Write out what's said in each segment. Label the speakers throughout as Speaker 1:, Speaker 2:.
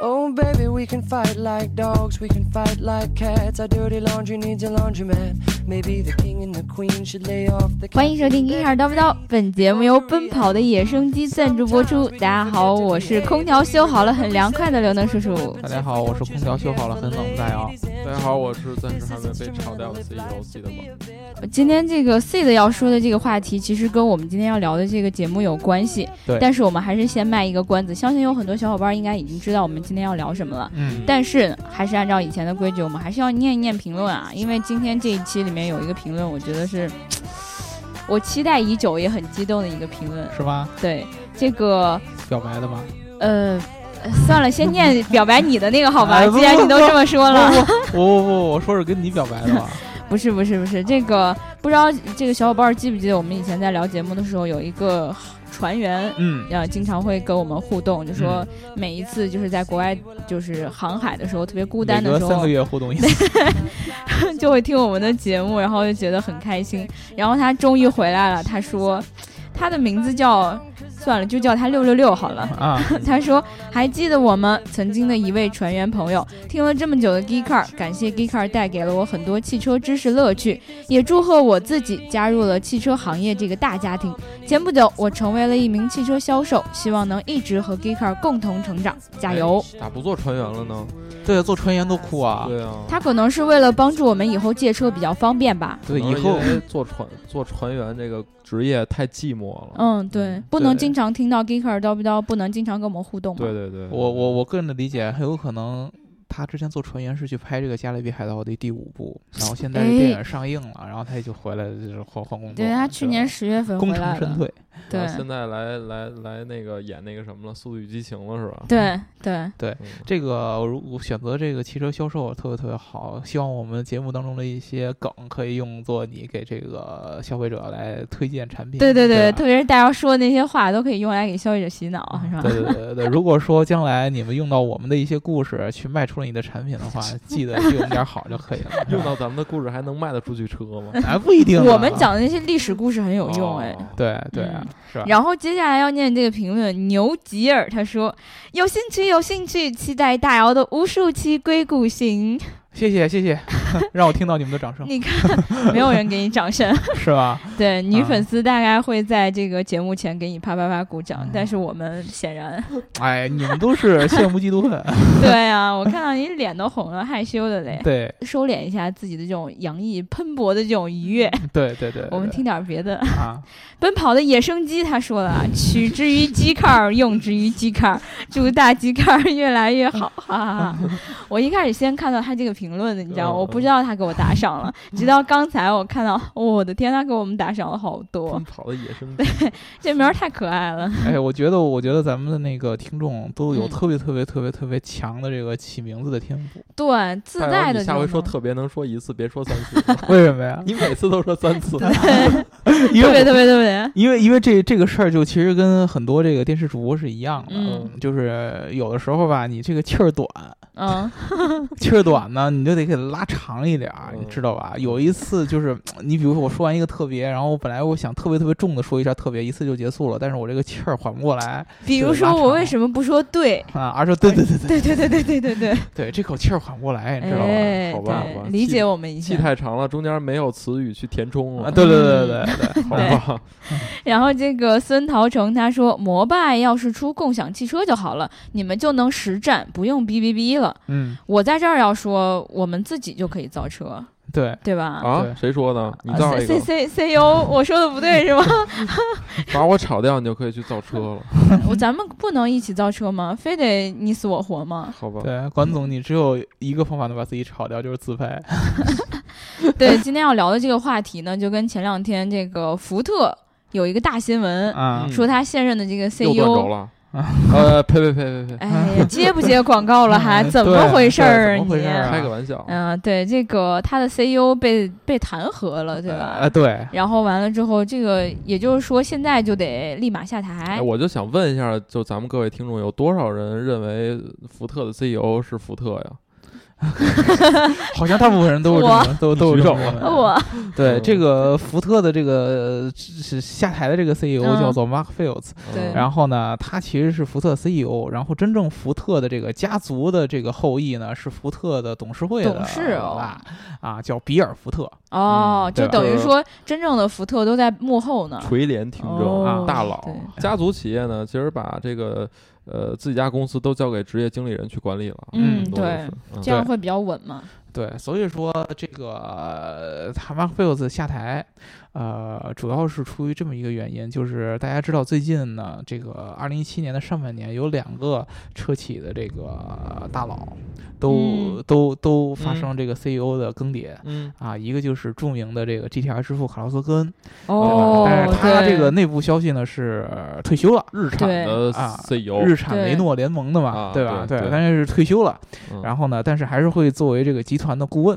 Speaker 1: Oh, baby, we can fight like dogs, we can fight like cats. Our dirty laundry needs a laundromat. Maybe the king and the queen should lay off the
Speaker 2: 欢迎收听《一
Speaker 1: cat
Speaker 2: 二叨不叨》，本节目由奔跑的野生鸡赞助播出。大家好，我是空调修好了很凉快的刘能叔叔。
Speaker 3: 大家好，我是空调修好了，很冷的啊。
Speaker 4: 大家好，我是暂时还没被炒掉的 E CEO，记得吗？
Speaker 2: 今天这个 seed 要说的这个话题，其实跟我们今天要聊的这个节目有关系。
Speaker 3: 对
Speaker 2: 但是我们还是先卖一个关子，相信有很多小伙伴应该已经知道我们今天要聊什么了。
Speaker 3: 嗯，
Speaker 2: 但是还是按照以前的规矩，我们还是要念一念评论啊，因为今天这一期里面有一个评论，我觉得是我期待已久也很激动的一个评论。
Speaker 3: 是吗？
Speaker 2: 对这个
Speaker 3: 表白的吗？嗯
Speaker 2: 呃，算了，先念表白你的那个好吧，
Speaker 3: 哎不
Speaker 2: 既然你都这么说了，
Speaker 3: 不不不，我 说是跟你表白的吧？
Speaker 2: 不是不是不是，这个 不知道这个小伙伴记不记得我们以前在聊节目的时候有一个船员。
Speaker 3: 嗯，
Speaker 2: 呃，经常会跟我们互动，就说每一次就是在国外就是航海的时候，特别孤
Speaker 3: 孤
Speaker 2: 单的时
Speaker 3: 三
Speaker 2: 候
Speaker 3: 个，月互动一次。
Speaker 2: 就会听我们的节目，然后就觉得很开心。然后他终于回来了，他说他的名字叫算了，就叫他六六六好了。
Speaker 3: 啊，
Speaker 2: 他说：“还记得我们曾经的一位船员朋友，听了这么久的 Geek Car，感谢 Geek Car 带给了我很多汽车知识乐趣，也祝贺我自己加入了汽车行业这个大家庭。前不久，我成为了一名汽车销售，希望能一直和 Geek Car 共同成长，加油！”
Speaker 4: 咋哎不做船员了呢？
Speaker 3: 对，做船员多酷啊！
Speaker 4: 对啊，
Speaker 2: 他可能是为了帮助我们以后借车比较方便吧。
Speaker 3: 对，
Speaker 4: 可能
Speaker 3: 以后
Speaker 4: 因为做船做船员这个职业太寂寞了。
Speaker 2: 嗯，对，不能经常听到 Geek Car 叨不叨，不能经常跟我们互动嘛。
Speaker 4: 对对对，
Speaker 3: 我我我个人的理解，很有可能他之前做船员是去拍这个《加勒比海盗》的第五部，然后现在
Speaker 2: 哎
Speaker 3: 电影上映了，然后他也就回来就是换换工作了。
Speaker 2: 对他去年十月份
Speaker 3: 功
Speaker 2: 回
Speaker 3: 成
Speaker 2: 来
Speaker 3: 身
Speaker 2: 了。
Speaker 3: 退。
Speaker 2: 对
Speaker 4: 然后现在来来来那个演那个什么了，《速度与激情》了是吧？
Speaker 2: 对对，
Speaker 4: 嗯，
Speaker 3: 这个我如果选择这个汽车销售特别特别好，希望我们节目当中的一些梗可以用作你给这个消费者来推荐产品。
Speaker 2: 对对对，
Speaker 3: 对吧嗯
Speaker 2: 特别是大家说的那些话，都可以用来给消费者洗脑，是吧？
Speaker 3: 对对对对对，如果说将来你们用到我们的一些故事去卖出了你的产品的 话，记得对我们点儿好就可以了。
Speaker 4: 用到咱们的故事还能卖得出去车吗？
Speaker 3: 哎，不一定啊。
Speaker 2: 我们讲的那些历史故事很有用，哎。
Speaker 4: 哦
Speaker 3: 对对啊
Speaker 2: 嗯，
Speaker 3: 是吧？
Speaker 2: 然后接下来要念这个评论，牛吉尔他说：“有兴趣，有兴趣，期待大姚的无数期硅谷行。
Speaker 3: 谢谢 谢谢，让我听到你们的掌声，
Speaker 2: 你看，没有人给你掌 声，
Speaker 3: 是吧？
Speaker 2: 对女
Speaker 3: 啊
Speaker 2: 粉丝大概会在这个节目前给你啪啪啪鼓掌
Speaker 3: 嗯，
Speaker 2: 但是我 们显然，
Speaker 3: 哎，你们都是羡慕嫉妒恨，
Speaker 2: 对啊，我看到你脸都红了，害羞的嘞，
Speaker 3: 对
Speaker 2: 收敛一下自己的这种洋溢喷薄的这种愉悦，
Speaker 3: 对对嗯对。
Speaker 2: 我们
Speaker 3: 对
Speaker 2: 听点儿别的。”
Speaker 3: 啊，
Speaker 2: 奔跑的野生鸡，他说了啊，取之于鸡坎儿，用之于鸡坎儿，祝大鸡坎儿越来越 好，哈哈哈！我一开始先看到他这个评论的，你知道吗，
Speaker 4: 嗯
Speaker 2: 我不知道他给我打赏 了，直到刚才我看到，哦我的天，他给我们打赏了好多
Speaker 4: 奔，跑的野生鸡，
Speaker 2: 这名儿太可爱了，
Speaker 3: 哎，我觉得，我觉得咱们的那个听众都有
Speaker 2: 嗯
Speaker 3: 特别特别特别特别强的这个起名字的天赋，
Speaker 2: 对，自
Speaker 4: 大
Speaker 2: 带
Speaker 4: 姚
Speaker 2: 的
Speaker 4: 哎你
Speaker 2: 这
Speaker 4: 下回
Speaker 2: 种
Speaker 4: 说
Speaker 2: 吗
Speaker 4: 特别能说一次，别说三 次。
Speaker 3: 为什么呀？
Speaker 4: 你每次都说三次，
Speaker 3: 因为
Speaker 2: 特
Speaker 3: 我
Speaker 2: 别特别特别，
Speaker 3: 因为因为这这个事儿就其实跟很多这个电视主播是一样的，
Speaker 2: 嗯
Speaker 3: 就是有的时候吧，你这个气儿短，
Speaker 2: 嗯，
Speaker 3: 气儿短呢，你就得给它拉长一点儿，
Speaker 4: 嗯
Speaker 3: 你知道吧？有一次就是你比如说我说完一个特别，然后我本来我想特别特别重的说一下特别，一次就结束了，但是我这个气儿缓不过来
Speaker 2: 比如
Speaker 3: 是拉
Speaker 2: 说
Speaker 4: 啊
Speaker 2: 我
Speaker 3: 长
Speaker 2: 为什么不说对？
Speaker 3: 啊，而说对对对
Speaker 2: 对
Speaker 3: 对
Speaker 2: 对对对对对 对，
Speaker 3: 对，这口气儿缓不过来，你知道吧？
Speaker 2: 哎，
Speaker 4: 好吧好吧
Speaker 2: 对，理
Speaker 4: 气
Speaker 2: 解我们一
Speaker 4: 气
Speaker 2: 下。
Speaker 4: 太长了，中间没有词语去填充
Speaker 3: 啊，
Speaker 4: 了，
Speaker 3: 对对对对对对，
Speaker 4: 好吧？
Speaker 2: 然后这个孙桃成他说，摩拜要是出共享汽车就好了，你们就能实战，不用哔哔哔了。
Speaker 3: 嗯，
Speaker 2: 我在这儿要说，我们自己就可以造车，
Speaker 3: 对，
Speaker 2: 对吧？
Speaker 3: 对
Speaker 4: 啊，谁说的？你造一
Speaker 2: C
Speaker 4: 个
Speaker 2: C C E O，我说的不对是吗？
Speaker 4: 把我炒掉，你就可以去造车了，
Speaker 2: 我咱们不能一起造车吗？非得你死我活吗？
Speaker 4: 好吧？
Speaker 3: 对，管总，你只有一个方法能把自己炒掉，就是自拍。
Speaker 2: 对，今天要聊的这个话题呢，就跟前两天这个福特有一个大新闻，
Speaker 3: 啊
Speaker 4: 嗯
Speaker 2: 说他现任的这个
Speaker 4: 又断轴
Speaker 2: CEO，
Speaker 4: 了。呃，呸呸呸呸呸，
Speaker 2: 哎呀，接不接广告了 还？
Speaker 3: 嗯
Speaker 2: 怎
Speaker 3: 对
Speaker 2: 么回事儿？
Speaker 3: 对怎么回
Speaker 2: 你
Speaker 3: 事儿啊
Speaker 4: 开个玩笑。
Speaker 2: 嗯，对，这个他的 CEO 被被弹劾了，对吧？
Speaker 3: 呃，对，
Speaker 2: 然后完了之后，这个也就是说，现在就得立马下台。
Speaker 4: 哎，我就想问一下，就咱们各位听众，有多少人认为福特的 CEO E 是福特呀？
Speaker 3: 好像大部分人都是这
Speaker 2: 我
Speaker 3: 么都都有
Speaker 4: 举
Speaker 3: 这
Speaker 4: 手
Speaker 3: 种
Speaker 4: 啊
Speaker 3: 问题。
Speaker 2: 我
Speaker 3: 对
Speaker 4: 嗯
Speaker 3: 这个福特的这个呃是下台的这个 CEO
Speaker 2: 嗯
Speaker 3: 叫做 Mark Fields，
Speaker 4: 嗯
Speaker 2: 对
Speaker 3: 然后呢，他其实是福特 CEO，然后真正福特的这个家族的这个后裔呢，是福特的董事会的
Speaker 2: 董事哦
Speaker 3: 老大啊，叫比尔福特
Speaker 2: 哦，
Speaker 3: 对
Speaker 2: 就
Speaker 3: 呃嗯
Speaker 2: 等于
Speaker 4: 就是
Speaker 2: 说真正的福特都在幕后呢。
Speaker 4: 垂帘听政
Speaker 2: 嗯哦
Speaker 4: 啊，大佬
Speaker 2: 对。
Speaker 4: 家族企业呢，其实把这个呃自己家公司都交给职业经理人去管理了。
Speaker 2: 嗯，
Speaker 3: 嗯
Speaker 4: 很多
Speaker 2: 对，
Speaker 4: 都是，
Speaker 2: 这样会比较稳嘛。
Speaker 3: 对，所以说这个呃他 Mark Fields 下台，呃，主要是出于这么一个原因，就是大家知道最近呢，这个二零一七年的上半年有两个车企的这个大佬都、
Speaker 2: 嗯
Speaker 3: 都都发
Speaker 4: 嗯
Speaker 3: 生这个 CEO 的更迭。
Speaker 4: 嗯，
Speaker 3: 啊，一个就是著名的这个 GTR 之父卡洛斯·根，
Speaker 2: 哦，
Speaker 3: 但是他
Speaker 2: 对
Speaker 3: 这个内部消息呢是呃退休了，
Speaker 4: 日产的 E
Speaker 3: 对啊
Speaker 4: CEO，
Speaker 3: 日产
Speaker 2: 对
Speaker 3: 雷诺联盟的嘛，
Speaker 4: 啊
Speaker 3: 对吧？
Speaker 4: 对对
Speaker 3: 但是退休了，
Speaker 4: 嗯
Speaker 3: 然后呢，但是还是会作为这个集团的顾问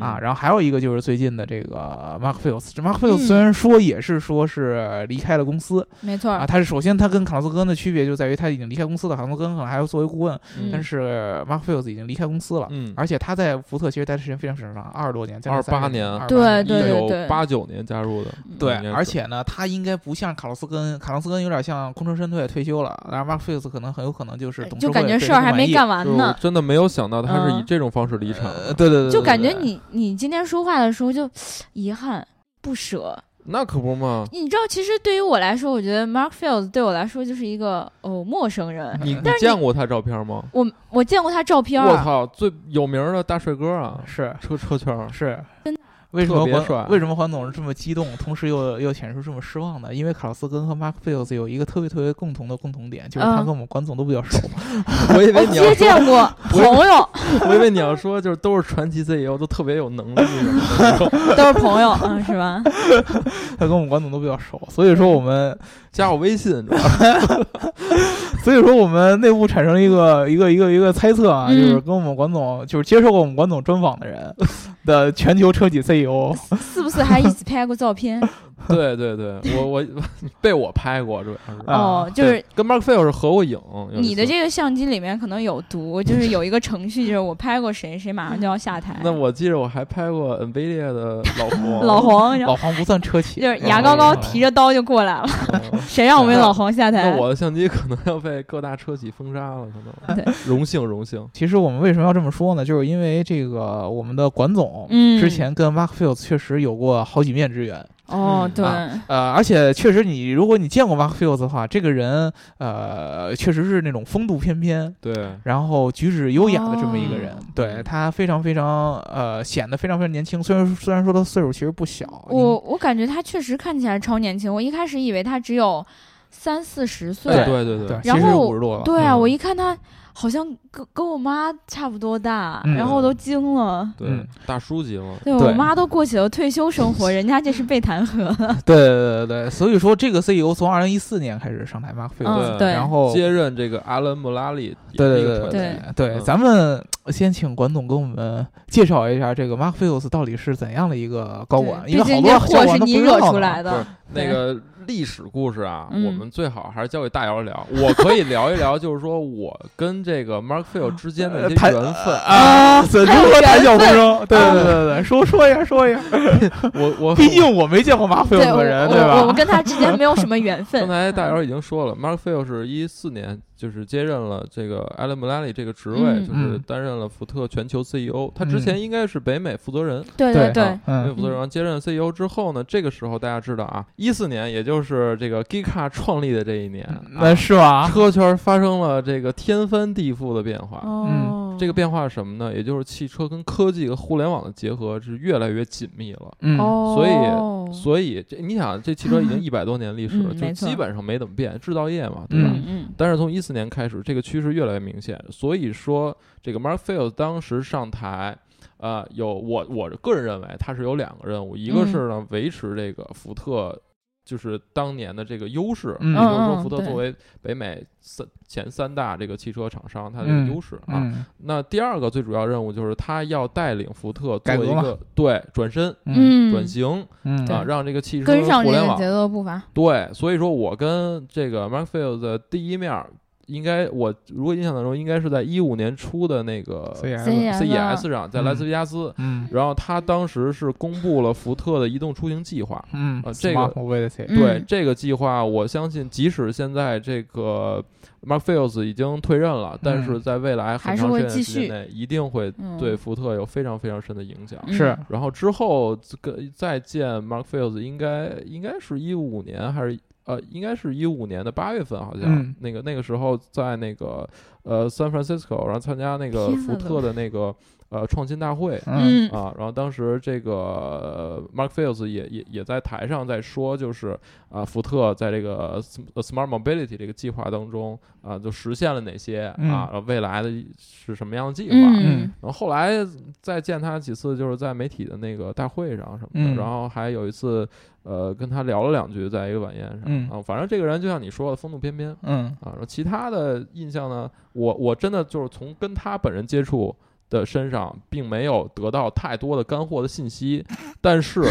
Speaker 3: 啊。
Speaker 4: 嗯
Speaker 3: 然后还有一个就是最近的这个 Mark Fields，这 Mark
Speaker 2: 嗯
Speaker 3: Fields 虽然说也是说是离开了公司
Speaker 2: 没错儿
Speaker 3: 啊，，他是首先他跟卡洛斯·根的区别就在于他已经离开公司了，卡洛斯·根可能还要作为顾问，
Speaker 2: 嗯
Speaker 3: 但是 Mark Fields 已经离开公司了。
Speaker 4: 嗯，
Speaker 3: 而且他在福特其实待的时间非常非常长，二十多年，将近
Speaker 4: 28
Speaker 3: 30
Speaker 4: 年啊
Speaker 3: 28
Speaker 2: 对
Speaker 3: 年
Speaker 2: 对对
Speaker 4: 一九八九年加入的，
Speaker 2: 嗯
Speaker 3: 对
Speaker 4: 应该，是
Speaker 3: 而且呢，他应该不像卡洛斯根，卡洛斯根有点像空乘身退退休了，然后 Mark Fields 可能很有可能就是董事
Speaker 2: 就
Speaker 3: 会
Speaker 2: 感觉
Speaker 3: 对
Speaker 2: 事
Speaker 3: 他
Speaker 2: 儿
Speaker 3: 不
Speaker 2: 还
Speaker 3: 满
Speaker 2: 没
Speaker 3: 意
Speaker 2: 干完
Speaker 4: 就是我
Speaker 2: 呢，
Speaker 4: 真的没有想到他是以
Speaker 2: 嗯
Speaker 4: 这种方式离场
Speaker 3: 呃，
Speaker 4: 的，
Speaker 3: 对对对，
Speaker 2: 就
Speaker 3: 对
Speaker 2: 感觉
Speaker 3: 对
Speaker 2: 你你今天说话的时候就遗憾不舍。
Speaker 4: 那可不嘛，
Speaker 2: 你知道，其实对于我来说，我觉得 Mark Fields 对我来说就是一个哦陌生人。
Speaker 4: 你
Speaker 2: 但
Speaker 4: 你
Speaker 2: 是
Speaker 4: 见过他照片吗？
Speaker 2: 我我见过他照片儿，啊
Speaker 4: 我操，最有名的大帅哥啊，
Speaker 3: 是
Speaker 4: 车车圈 儿
Speaker 3: 是
Speaker 2: 真的。啊
Speaker 3: 为什么
Speaker 4: 特别
Speaker 3: 黄
Speaker 4: 帅
Speaker 3: 为什么黄总是这么激动，同时又又显示这么失望呢？因为卡洛斯根和 Mark Fields 有一个特别特别共同的共同点，就是他
Speaker 2: 嗯
Speaker 3: 跟我们管总都比较熟。
Speaker 4: 我以
Speaker 2: 我
Speaker 4: 为你要
Speaker 2: 哦接见过朋友，
Speaker 4: 我以为你要说 就是都是传奇 CEO，都特别有能力那 种。
Speaker 2: 都是朋友，嗯，是吧？
Speaker 3: 他跟我们管总都比较熟，所以说我们，
Speaker 4: 加我微信，你知 道吗
Speaker 3: 所以说我们内部产生了一个一个一个一个猜测啊，
Speaker 2: 嗯
Speaker 3: 就是跟我们管总就是接受过我们管总专访的人的全球车企 E CEO
Speaker 2: 是不是还一起拍过照片？
Speaker 4: 对对对，我我被我拍过，主要是
Speaker 3: 啊
Speaker 2: 哦，就是
Speaker 4: 跟 Mark Field 是合过影。有一次
Speaker 2: 你的这个相机里面可能有毒，就是有一个程序，就是我拍过谁，谁马上就要下台。
Speaker 4: 那我记着我还拍过 NVIDIA 的老黄，
Speaker 2: 老黄，然后
Speaker 3: 老黄不算车企， 嗯
Speaker 2: 就是牙膏膏提着刀就过来了，
Speaker 4: 嗯
Speaker 2: 谁让我们
Speaker 4: 那
Speaker 2: 老黄下台？
Speaker 4: 那我的相机可能要被各大车企封杀了，可
Speaker 2: 对
Speaker 4: 能。荣幸荣幸，
Speaker 3: 其实我们为什么要这么说呢？就是因为这个我们的管总。
Speaker 2: 嗯，
Speaker 3: 之前跟 Mark Fields 确实有过好几面之缘，
Speaker 2: 哦
Speaker 4: 嗯，
Speaker 2: 对，
Speaker 3: 啊呃，而且确实你如果你见过 Mark Fields 的话，这个人呃确实是那种风度翩翩，
Speaker 4: 对，
Speaker 3: 然后举止优雅的这么一个人。
Speaker 2: 哦
Speaker 3: 对他非常非常呃显得非常非常年轻，虽然虽然说他岁数其实不小，
Speaker 2: 我我感觉他确实看起来超年轻，我一开始以为他只有三四十岁。
Speaker 3: 对
Speaker 4: 对对
Speaker 3: 你对，
Speaker 4: 对，
Speaker 3: 其
Speaker 2: 然
Speaker 3: 实
Speaker 2: 后
Speaker 3: 五十多了，
Speaker 2: 对啊，
Speaker 4: 嗯
Speaker 2: 我一看他好像跟跟我妈差不多大，
Speaker 3: 嗯
Speaker 2: 然后我都惊了。
Speaker 4: 对
Speaker 3: 嗯
Speaker 4: 大叔级了。
Speaker 2: 对
Speaker 3: 对
Speaker 2: 我妈都过起了退休生 活，人家这是被弹劾了。
Speaker 3: 对对对对，所以说这个 CEO 从二零一四年开始上台，Mark Fields，、
Speaker 2: 嗯，
Speaker 4: 对
Speaker 2: 对，
Speaker 3: 然后
Speaker 4: 接任这个阿伦·穆拉里，
Speaker 3: 对对
Speaker 4: 一
Speaker 3: 对
Speaker 4: 个传
Speaker 2: 对
Speaker 4: 奇
Speaker 3: 对对，
Speaker 4: 嗯
Speaker 3: 咱们先请管总给我们介绍一下这个 Mark Fields 到底是怎样的一个高
Speaker 2: 对
Speaker 3: 管，因
Speaker 2: 毕
Speaker 3: 为好
Speaker 2: 竟这祸
Speaker 3: 多小
Speaker 2: 是
Speaker 3: 管都
Speaker 2: 你
Speaker 3: 不知
Speaker 2: 惹
Speaker 3: 道
Speaker 2: 出
Speaker 3: 呢
Speaker 2: 来
Speaker 4: 不是
Speaker 2: 的。对
Speaker 4: 那个历史故事啊，
Speaker 2: 嗯
Speaker 4: 我们最好还是交给大姚聊。我可以聊一聊，就是说我跟这个 Mark Field 之间的一些
Speaker 3: 谈
Speaker 4: 缘分。
Speaker 3: 呃啊，怎如何谈笑风生？对
Speaker 2: 还有
Speaker 3: 对对对对，说说一下说一下，
Speaker 4: 我我
Speaker 3: 毕竟我没见过 Mark
Speaker 2: 对
Speaker 3: Fields
Speaker 2: 我
Speaker 3: 本人，对
Speaker 2: 我我们
Speaker 3: 吧？
Speaker 2: 跟他之间没有什么缘
Speaker 4: 刚
Speaker 2: 分。
Speaker 4: 才大姚已经说了，Mark Field 是一四年就是接任了这个 Alan m u l a l i 这个职位，
Speaker 2: 嗯
Speaker 4: 就是担任了福特全球 CEO。他之前应该是北美负责人，
Speaker 2: 对
Speaker 3: 对
Speaker 2: 对，
Speaker 4: 北美
Speaker 3: 嗯
Speaker 4: 负责人接任 CEO 之后呢，这个时候大家知道啊，一四年也就是这个 Gika 创立的这一年，
Speaker 3: 那
Speaker 4: 啊
Speaker 3: 是吧？
Speaker 4: 车圈发生了这个天翻地覆的变化。
Speaker 2: 哦，
Speaker 4: 这个变化是什么呢？也就是汽车跟科技和互联网的结合是越来越紧密了。
Speaker 3: 嗯，
Speaker 2: 哦，
Speaker 4: 所以所以这你想，这汽车 已经一百多年历史了，
Speaker 2: 嗯
Speaker 4: 就
Speaker 2: 没错
Speaker 4: 基本上没怎么变，制造业嘛，对吧？
Speaker 2: 嗯嗯
Speaker 4: 但是从一四年开始，这个趋势越来越明显。所以说，这个 Mark Field 当时上台，呃，有我我个人认为他是有两个任务，一
Speaker 2: 嗯
Speaker 4: 个是呢维持这个福特就是当年的这个优势，
Speaker 3: 嗯
Speaker 4: 也就是
Speaker 2: 嗯嗯
Speaker 4: 说福特
Speaker 2: 对
Speaker 4: 作为北美三前三大这个汽车厂商它的
Speaker 3: 嗯
Speaker 4: 优势啊。
Speaker 3: 嗯
Speaker 4: 那第二个最主要任务就是他要带领福特做
Speaker 3: 改革
Speaker 4: 一
Speaker 3: 嘛
Speaker 4: 个对转身、
Speaker 3: 嗯
Speaker 2: 嗯，
Speaker 4: 转型
Speaker 3: 嗯
Speaker 4: 啊，
Speaker 2: 对
Speaker 4: 让这个汽车
Speaker 2: 跟上这
Speaker 4: 互联
Speaker 2: 个
Speaker 4: 网
Speaker 2: 节奏步伐。
Speaker 4: 对，所以说我跟这个 Mark Field 的第一面儿应该我如果印象当中，应该是在一五年初的那个
Speaker 3: CM，
Speaker 2: CES
Speaker 4: CES
Speaker 2: 啊
Speaker 4: 上，在
Speaker 3: 嗯
Speaker 4: 拉斯维加斯。
Speaker 3: E 嗯
Speaker 4: 然后他当时是公布了福特的移动出行计划，
Speaker 3: 嗯
Speaker 4: 呃这个
Speaker 3: Smart Mobility，
Speaker 2: 嗯
Speaker 4: 对这个计划，我相信即使现在这个 Mark Fields 已经退任了，但是在未来
Speaker 2: 嗯
Speaker 4: 很
Speaker 2: 还是
Speaker 4: 长
Speaker 2: 会
Speaker 4: 时间
Speaker 2: 继
Speaker 4: 时间
Speaker 2: 续
Speaker 4: 内，一定会
Speaker 2: 嗯
Speaker 4: 对福特有非常非常深的影响。
Speaker 2: 嗯
Speaker 3: 是
Speaker 4: 然后之后这个再见 Mark Fields 应该应该是一五年还是呃应该是一五年的八月份，好像、
Speaker 3: 嗯
Speaker 4: 那个那个时候在那个呃 San Francisco，然后参加那个
Speaker 2: 天
Speaker 4: 福
Speaker 2: 呐
Speaker 4: 特的那个呃创新大会。
Speaker 3: 嗯
Speaker 2: 嗯
Speaker 4: 啊，然后当时这个呃 Mark Fields 也也也在台上在说，就是啊，福特在这个 sm- 呃 Smart Mobility 这个计划当中啊，就实现了哪些
Speaker 3: 嗯
Speaker 4: 啊，然后未来的是什么样的计划？
Speaker 2: 嗯
Speaker 4: 然后后来再见他几次，就是在媒体的那个大会上什么的，
Speaker 3: 嗯
Speaker 4: 然后还有一次，呃，跟他聊了两句，在一个晚宴上、
Speaker 3: 嗯
Speaker 4: 啊，反正这个人就像你说的，风度翩翩啊。
Speaker 3: 嗯
Speaker 4: 然后其他的印象呢，我我真的就是从跟他本人接触的身上，并没有得到太多的干货的信息，但 是，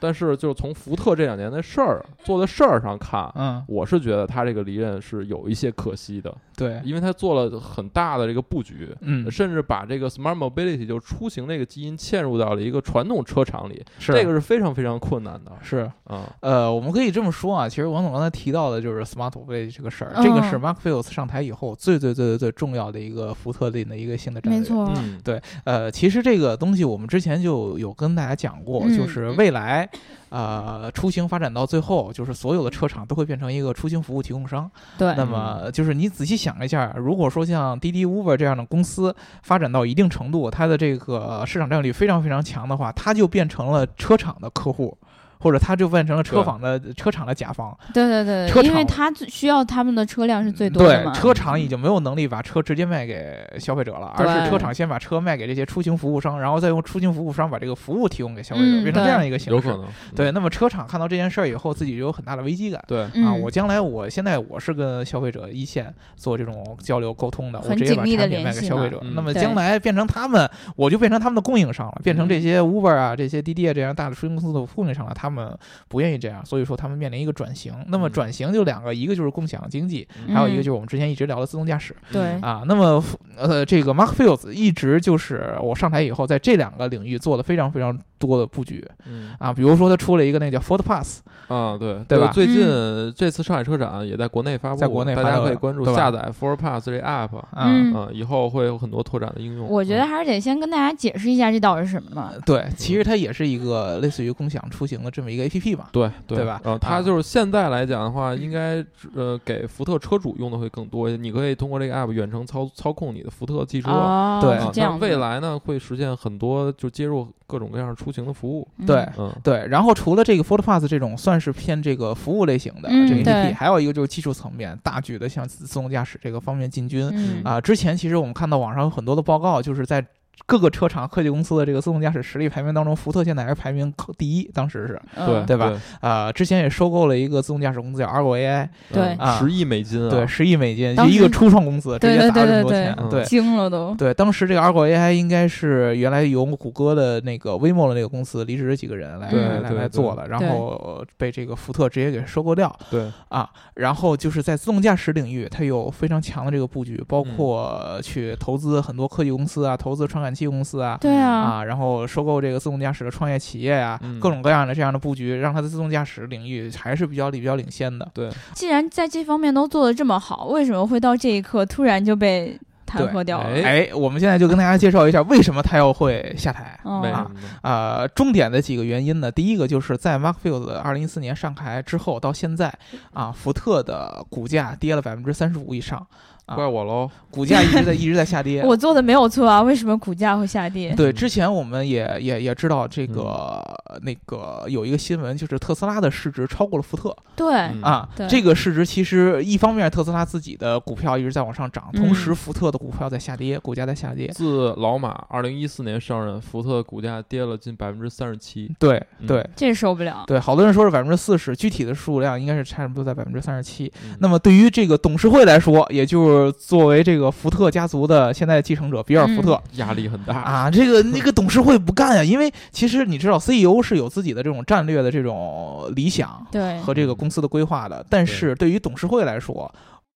Speaker 4: 但是就是从福特这两年的事儿做的事儿上看。
Speaker 3: 嗯，
Speaker 4: 我是觉得他这个离任是有一些可惜的，
Speaker 3: 对，
Speaker 4: 因为他做了很大的这个布局，
Speaker 3: 哎嗯
Speaker 4: 甚至把这个 smart mobility 就出行这个基因嵌入到了一个传统车厂里，
Speaker 3: 是
Speaker 4: 这个是非常非常困难的
Speaker 3: 是
Speaker 4: 啊。
Speaker 3: 呃，我们可以这么说啊，其实王总刚才提到的就是 Smart Mobility 这个事儿，
Speaker 2: 嗯
Speaker 3: 这个是 Mark Fields 上台以后最最最最最重要的一个福特定的一个新的战略。
Speaker 2: 没。错，
Speaker 4: 嗯，
Speaker 3: 呃，其实这个东西我们之前就有跟大家讲过，
Speaker 2: 嗯
Speaker 3: 就是未来，呃，出行发展到最后，就是所有的车厂都会变成一个出行服务提供商。
Speaker 2: 对，
Speaker 3: 那么就是你仔细想一下，如果说像滴滴、Uber 这样的公司发展到一定程度，它的这个市场占有率非常非常强的话，它就变成了车厂的客户，或者它就变成了车坊的车厂的甲方。
Speaker 2: 对对
Speaker 3: 车
Speaker 2: 对，因为
Speaker 3: 厂
Speaker 2: 他最需要他们的车辆是最多的
Speaker 3: 对，
Speaker 2: 嘛，
Speaker 3: 车厂已经没有能力把车直接卖给消费者了，而是
Speaker 2: 对
Speaker 3: 车厂先把车卖给这些出行服务商，然后再用出行服务商把这个服务提供给消费者，
Speaker 2: 嗯
Speaker 3: 变成这
Speaker 2: 对
Speaker 3: 样一个形式。
Speaker 4: 有可能。
Speaker 3: 对，那么车厂看到这件事儿以后，自己就有很大的危机感。
Speaker 4: 对，
Speaker 2: 嗯
Speaker 3: 啊，我将来我现在我是跟消费者一线做这种交流沟通的，我
Speaker 2: 很
Speaker 3: 直接
Speaker 2: 紧
Speaker 3: 把
Speaker 2: 密地
Speaker 3: 产品
Speaker 2: 联
Speaker 3: 卖给
Speaker 2: 系
Speaker 3: 消费
Speaker 2: 嘛
Speaker 3: 者。
Speaker 4: 嗯
Speaker 3: 那么
Speaker 2: 对
Speaker 3: 将来变成他们，我就变成他们的供应商了，变成这
Speaker 2: 嗯
Speaker 3: 些 Uber 啊、这些滴滴啊这样大的出行公司的供应商了。他们不愿意这样，所以说他们面临一个转型。那么
Speaker 4: 嗯
Speaker 3: 转型就两个，一个就是共享经济，
Speaker 4: 嗯
Speaker 3: 还有一个
Speaker 2: 嗯
Speaker 3: 就是我们之前一直聊的自动驾驶
Speaker 2: 对，
Speaker 3: 啊。那么呃，这个 Mark Fields 一直就是我上台以后，在这两个领域做了非常非常多的布局
Speaker 4: 嗯
Speaker 3: 啊，比如说他出了一个那个叫 Ford Pass，
Speaker 4: 啊，对
Speaker 3: 对吧
Speaker 4: 最近
Speaker 2: 嗯
Speaker 4: 这次上海车展也在国内发布，
Speaker 3: 在国内
Speaker 4: 大
Speaker 3: 发
Speaker 4: 家
Speaker 3: 布
Speaker 4: 可以
Speaker 3: 了
Speaker 4: 关注
Speaker 3: 对吧
Speaker 4: 下载 For Pass 这 app
Speaker 3: 啊。
Speaker 2: 嗯
Speaker 4: 啊，以后会有很多拓展的应
Speaker 3: 嗯
Speaker 4: 用。嗯
Speaker 2: 我觉得还是得先跟大家解释一下这到底是什么嘛。
Speaker 3: 对，其实它也是一个类似于共享出行的这么一个 A P P 嘛。
Speaker 4: 对
Speaker 3: 对吧
Speaker 4: 然后
Speaker 3: 啊
Speaker 4: 它就是现在来讲的话，
Speaker 2: 嗯
Speaker 4: 应该呃给福特车主用的会更多一些。你可以通过这个 app 远程操操控你的福特汽车，
Speaker 2: 哦，
Speaker 3: 对
Speaker 4: 啊
Speaker 2: 是，这
Speaker 4: 那
Speaker 2: 样子
Speaker 4: 未来呢会实现很多就接入各种各样出行的服务。
Speaker 2: 嗯
Speaker 3: 对
Speaker 4: 嗯，
Speaker 3: 对，然后除了这个 Ford Pass 这种算是偏这个服务类型的、
Speaker 2: 嗯
Speaker 3: 这个 A P
Speaker 2: 对
Speaker 3: P，还有一个就是技术层面大举的向自自动驾驶这个方面进军。
Speaker 2: 嗯
Speaker 3: 啊，之前其实我们看到网上有很多的报告，就是在各个车厂、科技公司的这个自动驾驶实力排名当中，福特现在还是排名靠第一，当时是
Speaker 4: 对
Speaker 2: 嗯
Speaker 3: 对吧？啊，之前也收购了一个自动驾驶公司叫 Argo AI，
Speaker 2: 对
Speaker 3: 啊
Speaker 4: 十亿美金啊，
Speaker 3: 对，十亿美金，
Speaker 2: 当时
Speaker 3: 一个初创公司，直
Speaker 2: 对
Speaker 3: 接
Speaker 2: 对
Speaker 3: 砸
Speaker 2: 对
Speaker 3: 了这么多
Speaker 2: 对嗯
Speaker 3: 钱，
Speaker 4: 对
Speaker 3: 对。嗯
Speaker 2: 惊了都。
Speaker 3: 对，当时这个 Argo AI 应该是原来由谷歌的那个 Waymo 的那个公司离职的几个人来
Speaker 4: 对
Speaker 3: 来来
Speaker 4: 对
Speaker 3: 来
Speaker 4: 对
Speaker 3: 做的，然
Speaker 2: 对
Speaker 3: 后被这个福特直接给收购掉
Speaker 4: 对
Speaker 3: 啊。然后就是在自动驾驶领域，它有非常强的这个布局，
Speaker 4: 嗯
Speaker 3: 包括去投资很多科技公司啊，投资传感器公司啊。
Speaker 2: 对啊，
Speaker 3: 啊，然后收购这个自动驾驶的创业企业呀、
Speaker 4: 嗯
Speaker 3: 各种各样的这样的布局，让它的自动驾驶领域还是比较比较领先的。
Speaker 4: 对，
Speaker 2: 既然在这方面都做得这么好，为什么会到这一刻突然就被弹
Speaker 3: 对
Speaker 2: 劾掉了？
Speaker 4: 哎
Speaker 3: 哎，我们现在就跟大家介绍一下为什么它要会下台。
Speaker 2: 哦
Speaker 4: 为什么呢？
Speaker 3: 呃，重点的几个原因呢，第一个就是在 Mark Field 二零一四年上台之后到现在，啊，福特的股价跌了百分之三十五以上，啊
Speaker 4: 怪我喽。
Speaker 3: 股价一直在一直在下跌。
Speaker 2: 我做的没有错啊，为什么股价会下跌？
Speaker 4: 嗯
Speaker 3: 对，之前我们也也也知道这个、那个有一个新闻，就是特斯拉的市值超过了福特
Speaker 2: 对
Speaker 4: 嗯
Speaker 3: 啊
Speaker 2: 对。
Speaker 3: 这个市值其实一方面特斯拉自己的股票一直在往上涨，同时
Speaker 2: 嗯
Speaker 3: 福特的股票在下跌，股价在下跌。
Speaker 4: 自老马二零一四年上任，福特股价跌了近百分之三十七。
Speaker 3: 对对
Speaker 4: 嗯
Speaker 2: 这受不了。
Speaker 3: 对，好多人说是百分之四十，具体的数量应该是差不多在百分之三十七。
Speaker 4: 嗯
Speaker 3: 那么对于这个董事会来说，也就是作为这个福特家族的现在的继承者比尔·福
Speaker 2: 嗯
Speaker 3: 特、
Speaker 4: 压力很大，
Speaker 3: 啊，这个那个董事会不干呀、因为其实你知道，CEO 是有自己的这种战略的这种理想
Speaker 2: 对，
Speaker 3: 和这个公司的规划的，但是对于董事会来说。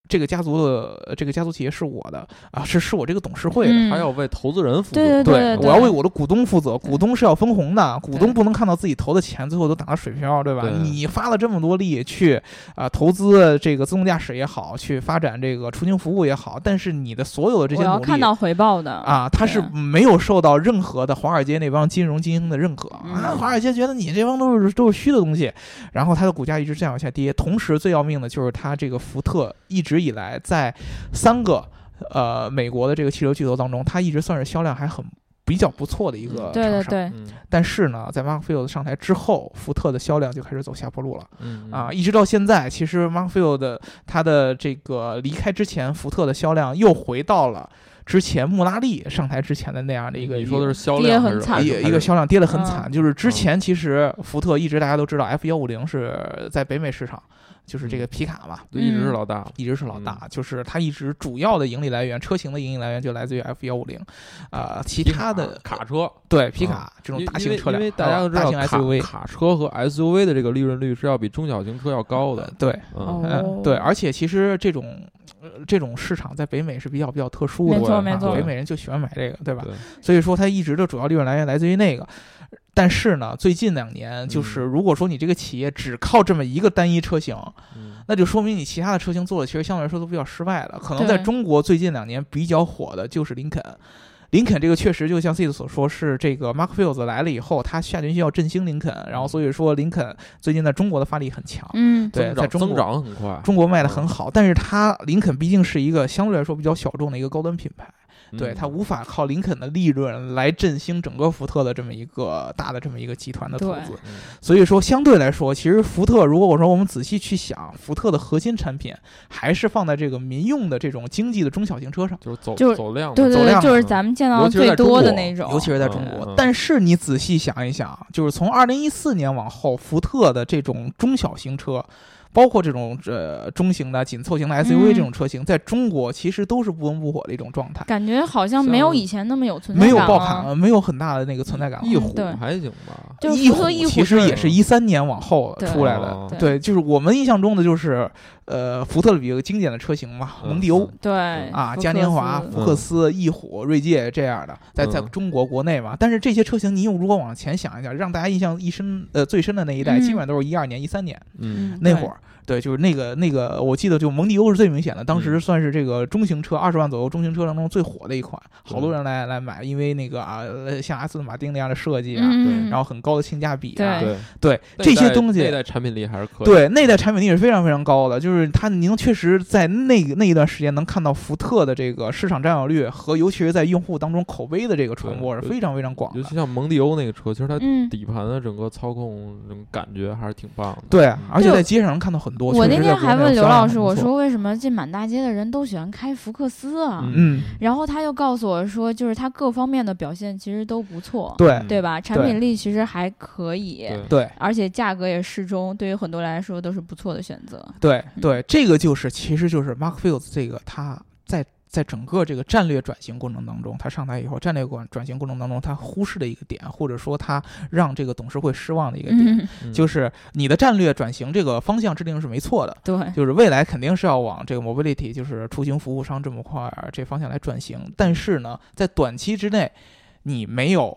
Speaker 3: 这个家族的呃这个家族企业是我的啊，是是我这个董事会的。
Speaker 2: 嗯
Speaker 4: 还要为投资人负
Speaker 2: 对
Speaker 4: 责。
Speaker 2: 对
Speaker 3: 我要为我的股东负责，股东是要分红的，股东不能看到自己投的钱最后都打到水漂，对吧？
Speaker 4: 对
Speaker 3: 你发了这么多力去啊、投资这个自动驾驶也好，去发展这个出行服务也好，但是你的所有的这
Speaker 2: 我
Speaker 3: 些
Speaker 2: 要
Speaker 3: 努
Speaker 2: 看
Speaker 3: 力
Speaker 2: 到回报的
Speaker 3: 啊，他是
Speaker 2: 对
Speaker 3: 没有受到任何的华尔街那帮金融精英的认可
Speaker 2: 嗯
Speaker 3: 啊。华尔街觉得你这帮都是都是虚的东西，然后它的股价一直这样往下跌。同时，最要命的就是它这个福特一直以来在三个呃美国的这个汽车巨头当中，它一直算是销量还很。比较不错的一个
Speaker 4: 嗯
Speaker 2: 对
Speaker 3: 厂
Speaker 2: 对
Speaker 3: 商，
Speaker 2: 对，
Speaker 4: 嗯
Speaker 3: 但是呢，在 Mark Field 上台之后，福特的销量就开始走下坡路了。
Speaker 4: 嗯
Speaker 3: 啊，，一直到现在，其实 m a r f i e l 的它的这个离开之前，福特的销量又回到了之前穆拉利上台之前的那样的一个。
Speaker 4: 你说的是销
Speaker 2: 跌
Speaker 4: 量还
Speaker 2: 很
Speaker 4: 是
Speaker 2: 惨
Speaker 4: 还
Speaker 3: 一
Speaker 4: 是
Speaker 3: 个
Speaker 4: 还
Speaker 3: 一个
Speaker 4: 是
Speaker 3: 销量跌得很惨，就是之
Speaker 4: 嗯
Speaker 3: 前其实福特一直大家都知道 F 幺五零是在北美市场，就是
Speaker 4: 嗯
Speaker 3: 这个皮卡嘛，
Speaker 4: 对一直是
Speaker 2: 嗯
Speaker 4: 老大。
Speaker 3: 一直是老
Speaker 4: 嗯
Speaker 3: 大，就是它一直主要的盈利来源，车型的盈利来源就来自于 F 幺五零，啊，其
Speaker 4: 皮
Speaker 3: 他
Speaker 4: 卡
Speaker 3: 的
Speaker 4: 卡车，
Speaker 3: 对皮
Speaker 4: 啊
Speaker 3: 卡这种
Speaker 4: 因
Speaker 3: 大
Speaker 4: 因
Speaker 3: 型
Speaker 4: 为
Speaker 3: 车辆，
Speaker 4: 因为大家都知道
Speaker 3: 大型
Speaker 4: 卡
Speaker 3: SUV
Speaker 4: 卡车和 SUV 的这个利润率是要比中小型车要高
Speaker 3: 呃
Speaker 4: 的。
Speaker 3: 对，
Speaker 4: 嗯，
Speaker 2: 哦
Speaker 3: 嗯，对，而且其实这种、呃这种市场在北美是比较比较特殊的，
Speaker 2: 没错
Speaker 3: 啊
Speaker 2: 没错
Speaker 3: 北美人就喜欢买这个，对吧？
Speaker 4: 对
Speaker 3: 所以说它一直的主要利润来源来自于那个。但是呢，最近两年就是，
Speaker 4: 嗯
Speaker 3: 如果说你这个企业只靠这么一个单一车型，
Speaker 4: 嗯
Speaker 3: 那就说明你其他的车型做的其实相对来说都比较失败了。可能在
Speaker 2: 对
Speaker 3: 中国最近两年比较火的就是林肯。林肯这个确实就像 C 所说，是这个 Mark Fields 来了以后，他下决心要振兴林肯，然后所以说林肯最近在中国的发力很强。
Speaker 2: 嗯，
Speaker 3: 对
Speaker 4: 增
Speaker 3: 在
Speaker 4: 长
Speaker 3: 中
Speaker 4: 增
Speaker 3: 国
Speaker 4: 长很快。
Speaker 3: 中国卖的很好，但是它林肯毕竟是一个相对来说比较小众的一个高端品牌，对
Speaker 4: 嗯
Speaker 3: 它无法靠林肯的利润来振兴整个福特的这么一个大的这么一个集团的投
Speaker 2: 对
Speaker 3: 资。
Speaker 4: 嗯
Speaker 3: 所以说，相对来说，其实福特，如果我说我们仔细去想，福特的核心产品还是放在这个民用的这种经济的中小型车上。
Speaker 4: 就是走
Speaker 2: 就是
Speaker 4: 走量嘛，
Speaker 2: 对
Speaker 3: 走
Speaker 2: 对对，
Speaker 3: 量啊
Speaker 2: 就是
Speaker 4: 嘛
Speaker 2: 咱们见
Speaker 4: 尤
Speaker 2: 到
Speaker 4: 其是
Speaker 2: 最
Speaker 4: 在中
Speaker 2: 多的
Speaker 4: 国
Speaker 2: 那种，
Speaker 3: 尤其是在中
Speaker 4: 嗯
Speaker 3: 国
Speaker 4: 嗯。
Speaker 3: 但是你仔细想一想，就是从二零一四年往后，福特的这种中小型车，包括这种呃中型的紧凑型的 SUV
Speaker 2: 嗯
Speaker 3: 这种车型，在中国其实都是不温不火的一种状态，
Speaker 2: 感觉好像没有
Speaker 4: 像
Speaker 2: 以前那么有存在
Speaker 3: 没有
Speaker 2: 感
Speaker 3: 爆
Speaker 2: 了
Speaker 3: 款，了，没有很大的那个存在感了。
Speaker 4: 一虎
Speaker 2: 对
Speaker 4: 还行吧，
Speaker 2: 就是
Speaker 3: 翼
Speaker 2: 福特翼
Speaker 3: 虎
Speaker 2: 虎
Speaker 3: 其实
Speaker 2: 是
Speaker 3: 也是一三年往后
Speaker 2: 对
Speaker 3: 出来的，
Speaker 4: 哦
Speaker 2: 对
Speaker 3: 对，就是我们印象中的就是，呃，福特的比较经典的车型嘛，
Speaker 4: 嗯
Speaker 3: 蒙迪欧
Speaker 4: 嗯
Speaker 2: 对
Speaker 3: 啊、
Speaker 2: 福
Speaker 3: 嘉
Speaker 2: 克
Speaker 3: 年华、
Speaker 2: 斯嗯
Speaker 3: 福克斯、翼虎、锐界这样的，在在
Speaker 4: 嗯
Speaker 3: 中国国内嘛。但是这些车型，你用如果往前想一想，让大家印象一深呃最深的那一代，
Speaker 2: 嗯
Speaker 3: 基本上都是一二年、一三年
Speaker 4: 嗯，
Speaker 3: 那会，儿。对，就是那个那个，我记得就蒙迪欧是最明显的，当时
Speaker 4: 嗯
Speaker 3: 算是这个中型车二十万左右中型车当中最火的一款，好多
Speaker 4: 对
Speaker 3: 人来来买，因为那个啊，呃像阿斯顿马丁那样的设计
Speaker 2: 对
Speaker 3: 啊，
Speaker 2: 嗯，
Speaker 3: 然后很高的性价比啊，
Speaker 4: 对
Speaker 3: 对
Speaker 4: 那
Speaker 3: 这些
Speaker 4: 代
Speaker 3: 东西，
Speaker 4: 那代产品力还是可以，
Speaker 3: 对，那代产品力是非常非常高的，就是它您确实在那个那一段时间能看到福特的这个市场占有率和尤其是在用户当中口碑的这个传播是非常非常广
Speaker 4: 尤
Speaker 3: 的
Speaker 4: 其。像蒙迪欧那个车，其实它
Speaker 2: 嗯。
Speaker 4: 底盘的整个操控整个感觉还是挺棒的。
Speaker 3: 对，而且
Speaker 2: 对
Speaker 3: 在街上能看到很多。
Speaker 2: 我
Speaker 3: 确
Speaker 2: 那
Speaker 3: 实
Speaker 2: 天
Speaker 3: 在国内
Speaker 2: 还问
Speaker 3: 有
Speaker 2: 刘
Speaker 3: 销量
Speaker 2: 老
Speaker 3: 很
Speaker 2: 师，
Speaker 3: 不
Speaker 2: 我
Speaker 3: 错，
Speaker 2: 说为什么这满大街的人都喜欢开福克斯啊？
Speaker 4: 嗯
Speaker 3: 嗯，
Speaker 2: 然后他又告诉我说，就是他各方面的表现其实都不错，
Speaker 3: 对
Speaker 4: 嗯
Speaker 2: 对吧？产
Speaker 3: 对
Speaker 2: 品力其实还可以，
Speaker 4: 对
Speaker 3: 对
Speaker 2: 而且价格也适中，对于很多人来说都是不错的选择。
Speaker 3: 对对，这个就是其实就是 Mark Fields 这个他在在整个这个战略转型过程当中，他上台以后战略转转型过程当中，他忽视的一个点，或者说他让这个董事会失望的一个点，
Speaker 2: 嗯，
Speaker 4: 嗯
Speaker 3: 就是你的战略转型这个方向制定是没错的。
Speaker 2: 对，
Speaker 3: 就是未来肯定是要往这个 mobility，就是出行服务商这么块儿这方向来转型。但是呢，在短期之内，你没有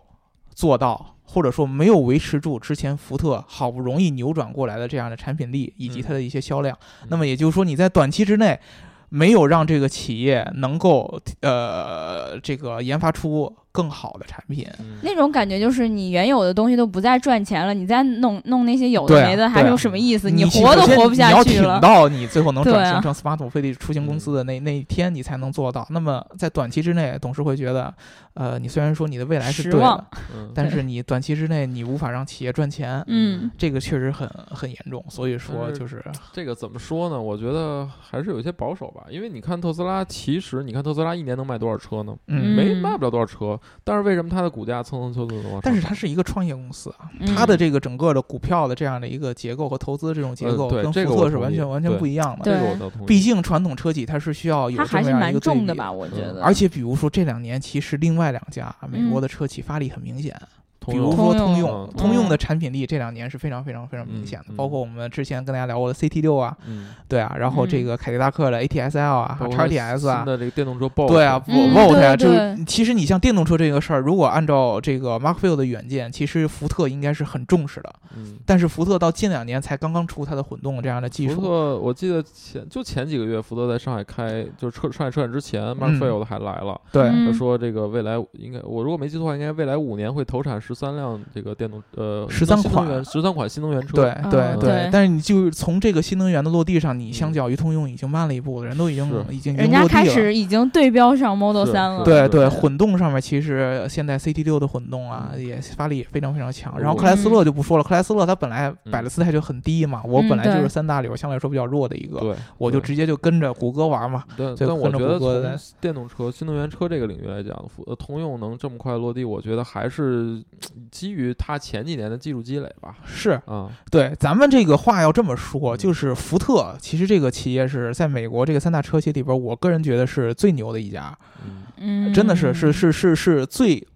Speaker 3: 做到，或者说没有维持住之前福特好不容易扭转过来的这样的产品力以及它的一些销量。
Speaker 4: 嗯
Speaker 3: 那么也就是说，你在短期之内。没有让这个企业能够呃，这个研发出更好的产品，
Speaker 4: 嗯
Speaker 2: 那种感觉就是你原有的东西都不再赚钱了，你再弄弄那些有的
Speaker 3: 对啊
Speaker 2: 没的，还
Speaker 3: 对啊
Speaker 2: 有什么意思？你
Speaker 3: 其
Speaker 2: 活都
Speaker 3: 首先
Speaker 2: 活不下
Speaker 3: 你
Speaker 2: 去
Speaker 3: 要挺
Speaker 2: 了。
Speaker 3: 到你最后能
Speaker 2: 对
Speaker 3: 转
Speaker 2: 啊
Speaker 3: 型成 smart mobility 出行公司的那、那一天，你才能做到。那么在短期之内，董事会觉得，呃，你虽然说你的未来是
Speaker 2: 失
Speaker 3: 对
Speaker 2: 望
Speaker 3: 的，
Speaker 4: 嗯
Speaker 3: 但是你短期之内你无法让企业赚钱，
Speaker 2: 嗯，
Speaker 3: 这个确实很很严重。所以说就是，
Speaker 4: 这个怎么说呢？我觉得还是有一些保守吧，因为你看特斯拉，其实你看特斯拉一年能卖多少车呢？
Speaker 3: 嗯。
Speaker 4: 没
Speaker 2: 嗯
Speaker 4: 卖不了多少车，但是为什么它的股价蹭蹭蹭蹭蹭往上
Speaker 3: 但是它是一个创业公司啊，
Speaker 2: 嗯
Speaker 3: 它的这个整个的股票的这样的一个结构和投资这种结
Speaker 4: 呃
Speaker 3: 构，
Speaker 4: 对
Speaker 3: 跟
Speaker 4: 这个
Speaker 3: 福
Speaker 4: 我
Speaker 3: 特是
Speaker 4: 同
Speaker 3: 完
Speaker 4: 意
Speaker 3: 全完全
Speaker 4: 对
Speaker 3: 不一样的。
Speaker 4: 这个
Speaker 2: 对
Speaker 4: 我倒同意，
Speaker 3: 毕竟传统车企它是需要有
Speaker 2: 它
Speaker 3: 这
Speaker 2: 还
Speaker 3: 么
Speaker 2: 是
Speaker 3: 样一
Speaker 2: 蛮
Speaker 3: 个对
Speaker 2: 重
Speaker 3: 比
Speaker 2: 的吧？我觉
Speaker 4: 嗯
Speaker 2: 得，
Speaker 3: 啊而且比如说这两年，其实另外两家美国的车企发力很明显，
Speaker 4: 通
Speaker 3: 比如
Speaker 4: 用
Speaker 3: 说
Speaker 2: 嗯通
Speaker 3: 通
Speaker 2: 用
Speaker 3: 用
Speaker 4: 嗯，
Speaker 3: 通用的产品力这两年是非常非常非常明显的，
Speaker 4: 嗯嗯
Speaker 3: 包括我们之前跟大家聊过的 CT 六啊，
Speaker 4: 嗯，
Speaker 3: 对啊，然后这
Speaker 2: 嗯
Speaker 3: 个凯迪拉克的 ATS L 啊，还有
Speaker 4: 包括
Speaker 3: XTS 啊
Speaker 4: 新，的这个电动车 b o
Speaker 3: 对啊
Speaker 2: 嗯
Speaker 3: ，Volt 呀，
Speaker 2: 对
Speaker 3: 就
Speaker 2: 对
Speaker 3: 是其实你像电动车这个事儿，如果按照这个 Mark Field 的远见，其实福特应该是很重视的。
Speaker 4: 嗯，
Speaker 3: 但是福特到近两年才刚刚出它的混动这样的技
Speaker 4: 福
Speaker 3: 术，
Speaker 4: 特，我记得前就前几个月，福特在上海开，就是车上海车展之前，Mark
Speaker 3: 嗯
Speaker 4: Field 还来了，
Speaker 3: 对，
Speaker 2: 嗯
Speaker 4: 他说这个未来应该，我如果没记错的话，应该未来五年会投产十三辆这个电动呃
Speaker 3: 13款
Speaker 4: 十三款新能源车。
Speaker 3: 对
Speaker 4: 啊
Speaker 2: 嗯
Speaker 3: 对
Speaker 2: 对
Speaker 3: 对。但是你就从这个新能源的落地上，你相
Speaker 4: 嗯
Speaker 3: 较于通用已经慢了一步了，人都已经
Speaker 4: 是
Speaker 3: 已经已
Speaker 2: 人
Speaker 3: 经
Speaker 2: 家
Speaker 3: 落
Speaker 2: 开
Speaker 3: 地了。
Speaker 2: 始已经对标上 Model
Speaker 4: 是
Speaker 2: 三了。
Speaker 4: 是
Speaker 3: 对对，
Speaker 4: 对
Speaker 3: 混动上面其实现在 CT 六的混动啊，
Speaker 4: 嗯
Speaker 3: 也发力也非常非常强。然后
Speaker 4: 嗯
Speaker 3: 克莱斯勒就不说了，克莱斯勒它本来
Speaker 4: 嗯
Speaker 3: 摆的姿态就很低嘛，我
Speaker 2: 嗯
Speaker 3: 本来就
Speaker 2: 对
Speaker 3: 是三大里边相对来说比较弱的一个，
Speaker 4: 对，
Speaker 3: 我就
Speaker 4: 对嗯
Speaker 3: 直接就跟着谷歌玩嘛，
Speaker 4: 但
Speaker 3: 就
Speaker 4: 但我
Speaker 3: 跟着
Speaker 4: 觉得
Speaker 3: 谷歌的
Speaker 4: 从电动车、新能源车这个领域来讲，福呃通用能这么快落地，我觉得还是嗯基于它前几年的技术积累吧。
Speaker 3: 是
Speaker 4: 啊，
Speaker 3: 对，咱们这个话要这么说，
Speaker 4: 嗯
Speaker 3: 就是福特其实这个企业是在美国这个三大车企里边，我个人觉得是最牛的一家，
Speaker 4: 嗯，
Speaker 2: 嗯，
Speaker 3: 真的是是是是是最。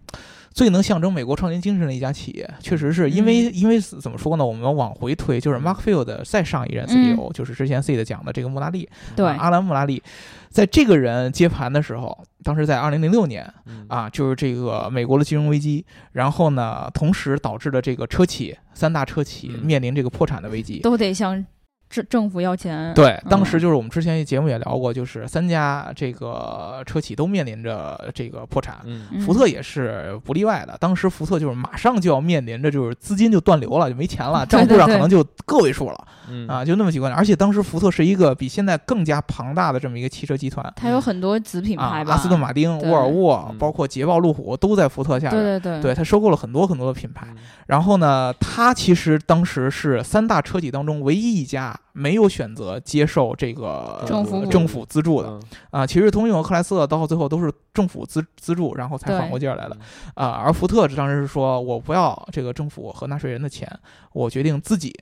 Speaker 3: 最能象征美国创新精神的一家企业，确实是因为、
Speaker 2: 嗯
Speaker 3: 因为怎么说呢？我们往回推，就是 Mark Field 的再上一任 CEO，、就是之前 Seed 讲的这个穆拉利，
Speaker 2: 嗯对
Speaker 3: 啊阿兰穆拉利，在这个人接盘的时候，当时在2006年，
Speaker 4: 嗯，
Speaker 3: 啊，就是这个美国的金融危机，然后呢，同时导致了这个车企三大车企
Speaker 4: 嗯
Speaker 3: 面临这个破产的危机。
Speaker 2: 都得向政政府要钱。
Speaker 3: 对，当
Speaker 2: 嗯
Speaker 3: 时就是我们之前节目也聊过，就是三家这个车企都面临着这个破产，
Speaker 4: 嗯，
Speaker 2: 嗯
Speaker 3: 福特也是不例外的。当时福特就是马上就要面临着就是资金就断流了，就没 钱了，
Speaker 2: 对
Speaker 3: 账户上
Speaker 2: 对
Speaker 3: 可能就个位数了
Speaker 4: 嗯
Speaker 3: 啊，就那么几个而且当时福特是一个比现在更加庞大的这么一个汽车集团。
Speaker 2: 它有很多子品
Speaker 3: 啊
Speaker 2: 牌，吧，
Speaker 3: 阿斯顿马丁、
Speaker 2: 对
Speaker 3: 沃尔沃
Speaker 4: 嗯，
Speaker 3: 包括捷豹、路虎都在福特下边。
Speaker 2: 对对
Speaker 3: 对，他收购了很多很多的品牌。
Speaker 4: 嗯
Speaker 3: 然后呢，他其实当时是三大车企当中唯一一家没有选择接受这个
Speaker 2: 政府
Speaker 3: 呃
Speaker 2: 补
Speaker 3: 政府资助的
Speaker 4: 嗯
Speaker 3: 啊。其实通用和克莱斯勒到最后都是政府资资助，然后才
Speaker 2: 对
Speaker 3: 缓过劲儿来的啊。而福特当时是说我不要这个政府和纳税人的钱，我决定自己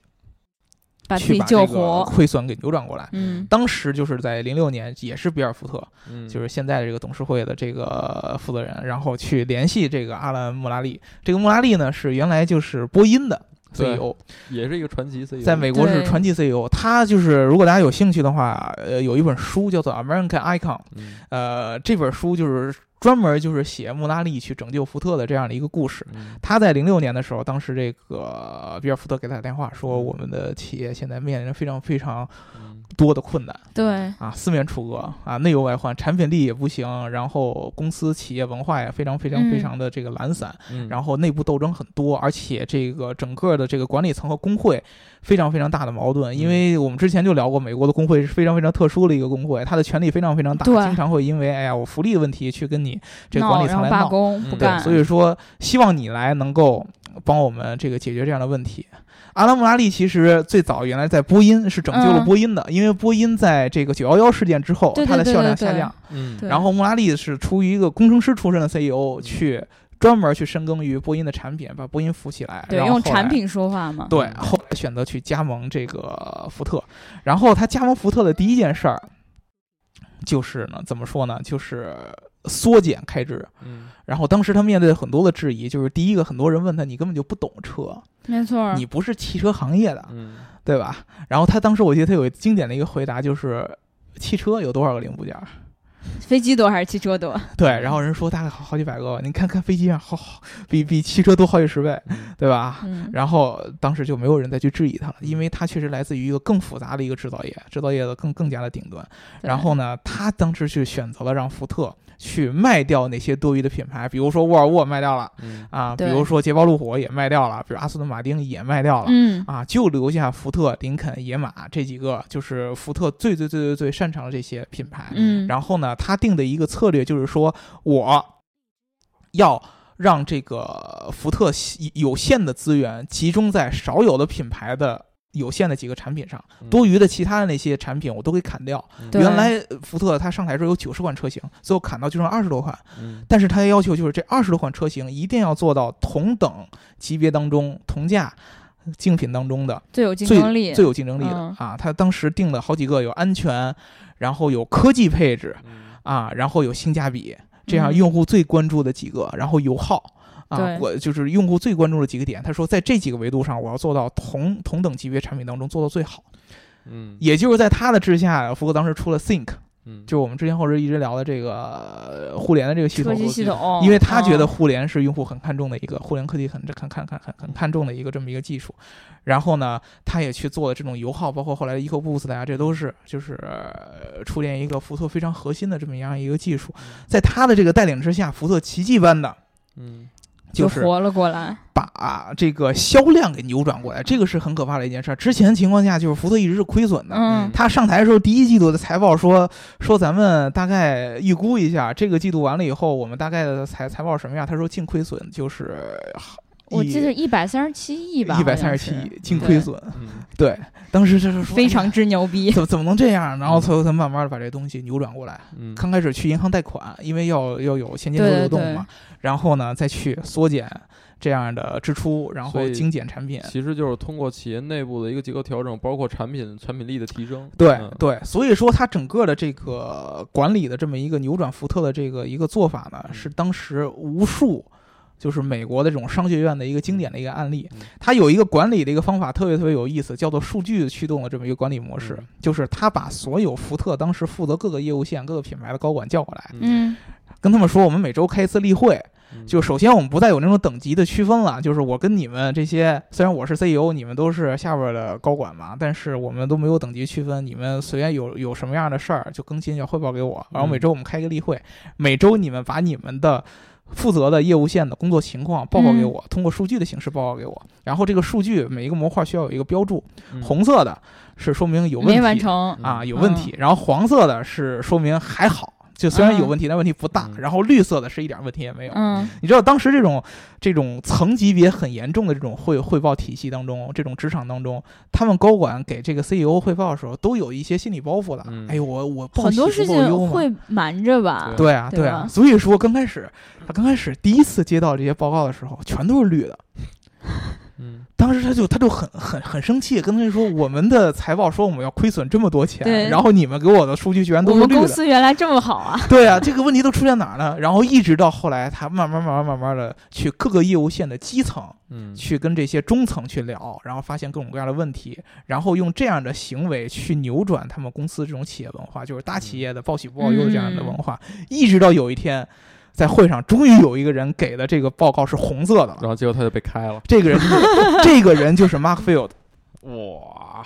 Speaker 2: 把自
Speaker 3: 去
Speaker 2: 己
Speaker 3: 把
Speaker 2: 救
Speaker 3: 这
Speaker 2: 活。
Speaker 3: 个亏损给扭转过来。
Speaker 2: 嗯，
Speaker 3: 当时就是在零六年，也是比尔福特，
Speaker 4: 嗯，
Speaker 3: 就是现在的这个董事会的这个负责人，然后去联系这个阿兰穆拉利。这个穆拉利呢是原来就是波音的
Speaker 4: 对
Speaker 3: CEO，
Speaker 4: 也是一个传奇 E CEO，
Speaker 3: 在美国是
Speaker 2: 对
Speaker 3: 传奇 CEO。他就是如果大家有兴趣的话，呃，有一本书叫做《American Icon》，
Speaker 4: 嗯，
Speaker 3: 呃，这本书就是专门就是写穆拉利去拯救福特的这样的一个故事。
Speaker 4: 嗯
Speaker 3: 他在零六年的时候，当时这个比尔福特给他打电话说，
Speaker 2: 嗯
Speaker 3: 我们的企业现在面临着非常非常
Speaker 4: 嗯
Speaker 3: 多的困难，
Speaker 2: 对，
Speaker 3: 啊，四面楚歌啊，内忧外患，产品力也不行，然后公司企业文化也非常非常非
Speaker 2: 嗯
Speaker 3: 常的这个懒散，
Speaker 4: 嗯，
Speaker 3: 然后内部斗争很多，而且这个整个的这个管理层和工会非常非常大的矛盾，因
Speaker 4: 嗯
Speaker 3: 为我们之前就聊过，美国的工会是非常非常特殊的一个工会，它的权力非常非常大，
Speaker 2: 对
Speaker 3: 经常会因为哎呀我福利问题去跟你这个管
Speaker 2: 闹
Speaker 3: 理
Speaker 2: 然
Speaker 3: 层
Speaker 2: 后
Speaker 3: 来
Speaker 2: 罢
Speaker 3: 闹，
Speaker 2: 工
Speaker 4: 嗯
Speaker 2: 不
Speaker 4: 对
Speaker 2: 干，
Speaker 3: 所以说，希望你来能够帮我们这个解决这样的问题。阿拉穆拉利其实最早原来在波音是拯救了
Speaker 2: 嗯
Speaker 3: 波音的，因为波音在这个九幺幺事件之后，
Speaker 2: 对对
Speaker 3: 它的
Speaker 2: 对
Speaker 3: 销
Speaker 2: 对
Speaker 3: 量
Speaker 2: 对
Speaker 3: 下降，
Speaker 4: 嗯，
Speaker 2: 对
Speaker 3: 然后穆拉利是出于一个工程师出身的 CEO
Speaker 4: 嗯
Speaker 3: 去专门去深耕于波音的产品，把波音扶起来，
Speaker 2: 对
Speaker 3: 然后
Speaker 2: 用
Speaker 3: 后来
Speaker 2: 产。品说话嘛。
Speaker 3: 对，后来选择去加盟这个福特，然后他加盟福特的第一件事儿，就是呢，怎么说呢，就是缩减开支，
Speaker 4: 嗯
Speaker 3: 然后当时他面对很多的质疑，就是第一个，很多人问他，你根本就不懂车，
Speaker 2: 没错儿。
Speaker 3: 你不是汽车行业的，
Speaker 4: 嗯
Speaker 3: 对吧？然后他当时我记得他有一经典的一个回答就是。汽车有多少个零部件儿？
Speaker 2: 飞机多还是汽车 多？
Speaker 3: 对，然后人说大概好好几百个吧。你看看飞机上，好好 比比汽车多好几十倍，
Speaker 4: 嗯
Speaker 3: 对吧？
Speaker 2: 嗯，
Speaker 3: 然后当时就没有人再去质疑他了，因为他确实来自于一个更复杂的一个制造业，制造业的更更加的顶端。
Speaker 2: 对
Speaker 3: 然后呢，他当时去选择了让福特去卖掉那些多余的品牌，比如说沃尔沃卖掉了，
Speaker 4: 嗯
Speaker 3: 啊，比
Speaker 2: 对
Speaker 3: 如说捷豹路虎也卖掉了，比如阿斯顿马丁也卖掉了。
Speaker 2: 嗯，
Speaker 3: 啊，就留下福特、林肯、野马这几个，就是福特最最最最最擅长的这些品牌。
Speaker 2: 嗯
Speaker 3: 啊然后呢，他定的一个策略就是说，我要让这个福特系有限的资源集中在少有的品牌的有限的几个产品上，
Speaker 4: 嗯
Speaker 3: 多余的其他的那些产品我都给砍掉。
Speaker 2: 对
Speaker 3: 原来呃福特它上台时候有九十款车型，最后砍到就剩二十多款。
Speaker 4: 嗯
Speaker 3: 但是它的要求就是这二十多款车型一定要做到同等级别当中同价竞品当中的
Speaker 2: 最有竞
Speaker 3: 最
Speaker 2: 争力，
Speaker 3: 最有竞争力的、
Speaker 2: 嗯
Speaker 3: 啊。它当时定了好几个有安全，然后有科技配置
Speaker 4: 嗯
Speaker 3: 啊，然后有性价比，这样
Speaker 2: 嗯
Speaker 3: 用户最关注的几个，然后油耗。啊
Speaker 2: 对，
Speaker 3: 我就是用户最关注的几个点。他说，在这几个维度上，我要做到同同等级别产品当中做到最好。
Speaker 4: 嗯
Speaker 3: 也就是在他的之下，福克当时出了 Think，
Speaker 4: 嗯，
Speaker 3: 就是我们之前后边一直聊的这个呃互联的这个系
Speaker 2: 科
Speaker 3: 统。
Speaker 2: 技系统，
Speaker 3: 因为他觉得
Speaker 2: 嗯
Speaker 3: 互联是用户很看重的一个，互联科技很看看看看很看重的一个这么一个技术，然后呢，他也去做了这种油耗，包括后来的 EcoBoost 啊，这都是就是呃触电一个福特非常核心的这么样一个技术，在他的这个带领之下，福特奇迹般的
Speaker 4: 嗯
Speaker 2: 就
Speaker 3: 就是
Speaker 2: 活了过来，
Speaker 3: 把这个销量给扭转过来，这个是很可怕的一件事儿。之前情况下就是福特一直是亏损的，
Speaker 2: 嗯，
Speaker 3: 他上台的时候，第一季度的财报说说咱们大概预估一下，这个季度完了以后，我们大概的财财报什么样？他说净亏损就是
Speaker 2: 我记得一百三十七亿吧，
Speaker 3: 一百
Speaker 2: 好像
Speaker 3: 三十
Speaker 2: 是
Speaker 3: 七亿净亏损。
Speaker 4: 嗯
Speaker 3: 对，当时这是说
Speaker 2: 非常嗯之牛
Speaker 3: 哎呀
Speaker 2: 逼，
Speaker 3: 怎么怎么能这样？然后最后他慢慢的把这东西扭转过来。
Speaker 4: 嗯，
Speaker 3: 刚开始去银行贷款，因为要要有现金流
Speaker 2: 对对
Speaker 3: 流动
Speaker 2: 对
Speaker 3: 嘛，然后呢再去缩减这样的支出，然
Speaker 4: 所
Speaker 3: 后
Speaker 4: 以
Speaker 3: 精简产品。
Speaker 4: 嗯其实就是通过企业内部的一个结构调整，包括产品产品力的提升。
Speaker 3: 对
Speaker 4: 嗯
Speaker 3: 对，所以说它整个的这个管理的这么一个扭转福特的这个一个做法呢，
Speaker 4: 嗯
Speaker 3: 是当时无数就是美国的这种商学院的一个经典的一个案例
Speaker 4: 嗯。
Speaker 3: 它有一个管理的一个方法特别特别有意思，叫做数据驱动的这么一个管理模式
Speaker 4: 嗯，
Speaker 3: 就是他把所有福特当时负责各个业务线、各个品牌的高管叫过来，
Speaker 2: 嗯，
Speaker 3: 跟他们说，我们每周开一次例会，
Speaker 4: 嗯
Speaker 3: 就首先我们不再有那种等级的区分了，就是我跟你们这些，虽然我是 CEO，你们都是下边的高管嘛，但是我们都没有等级区分，你们随便有有什么样的事儿就更新要汇报给我，然后
Speaker 4: 嗯
Speaker 3: 每周我们开一个例会，每周你们把你们的。负责的业务线的工作情况报告
Speaker 2: 嗯
Speaker 3: 给我，通过数据的形式报告给我。然后这个数据每一个模块需要有一个标注，
Speaker 4: 嗯
Speaker 3: 红色的是说明有问题，
Speaker 2: 没完成，嗯
Speaker 3: 啊，有问题。然后黄色的是说明还好，就虽然有问题，但问题不大。
Speaker 4: 嗯
Speaker 3: 然后绿色的是一点问题也没有。
Speaker 2: 嗯，
Speaker 3: 你知道当时这种这种层级别很严重的这种汇汇报体系当中，这种职场当中，他们高管给这个 CEO 汇报的时候，都有一些心理包袱的。
Speaker 4: 嗯
Speaker 3: 哎呦，我我报
Speaker 2: 很多
Speaker 3: 喜
Speaker 2: 事
Speaker 3: 不报忧
Speaker 2: 情
Speaker 3: 嘛
Speaker 2: 会瞒着吧，
Speaker 3: 对啊，
Speaker 2: 对
Speaker 3: 对
Speaker 2: 吧
Speaker 3: 啊，所以说刚开始，他刚开始第一次接到这些报告的时候，全都是绿的。
Speaker 4: 嗯
Speaker 3: 当时他就他就很很很生气，跟他说：“我们的财报说我们要亏损这么多
Speaker 2: 对
Speaker 3: 钱，然后你们给我的数据居然
Speaker 2: 我
Speaker 3: 都是
Speaker 2: 们
Speaker 3: 绿的。”
Speaker 2: 公司原来这么好啊，
Speaker 3: 对啊，这个问题都出现哪儿呢？然后一直到后来，他慢慢、慢慢、慢慢的去各个业务线的基层
Speaker 4: 嗯
Speaker 3: 去跟这些中层去聊，然后发现各种各样的问题，然后用这样的行为去扭转他们公司这种企业文化，就是大企业的报喜不报忧这样的文化，
Speaker 2: 嗯
Speaker 3: 一直到有一天。在会上，终于有一个人给的这个报告是红色的
Speaker 4: 嗯然
Speaker 3: 了。
Speaker 4: 后结果他就被开了，
Speaker 3: 这个人就是， 这个人就是 Mark Field，
Speaker 4: 哇！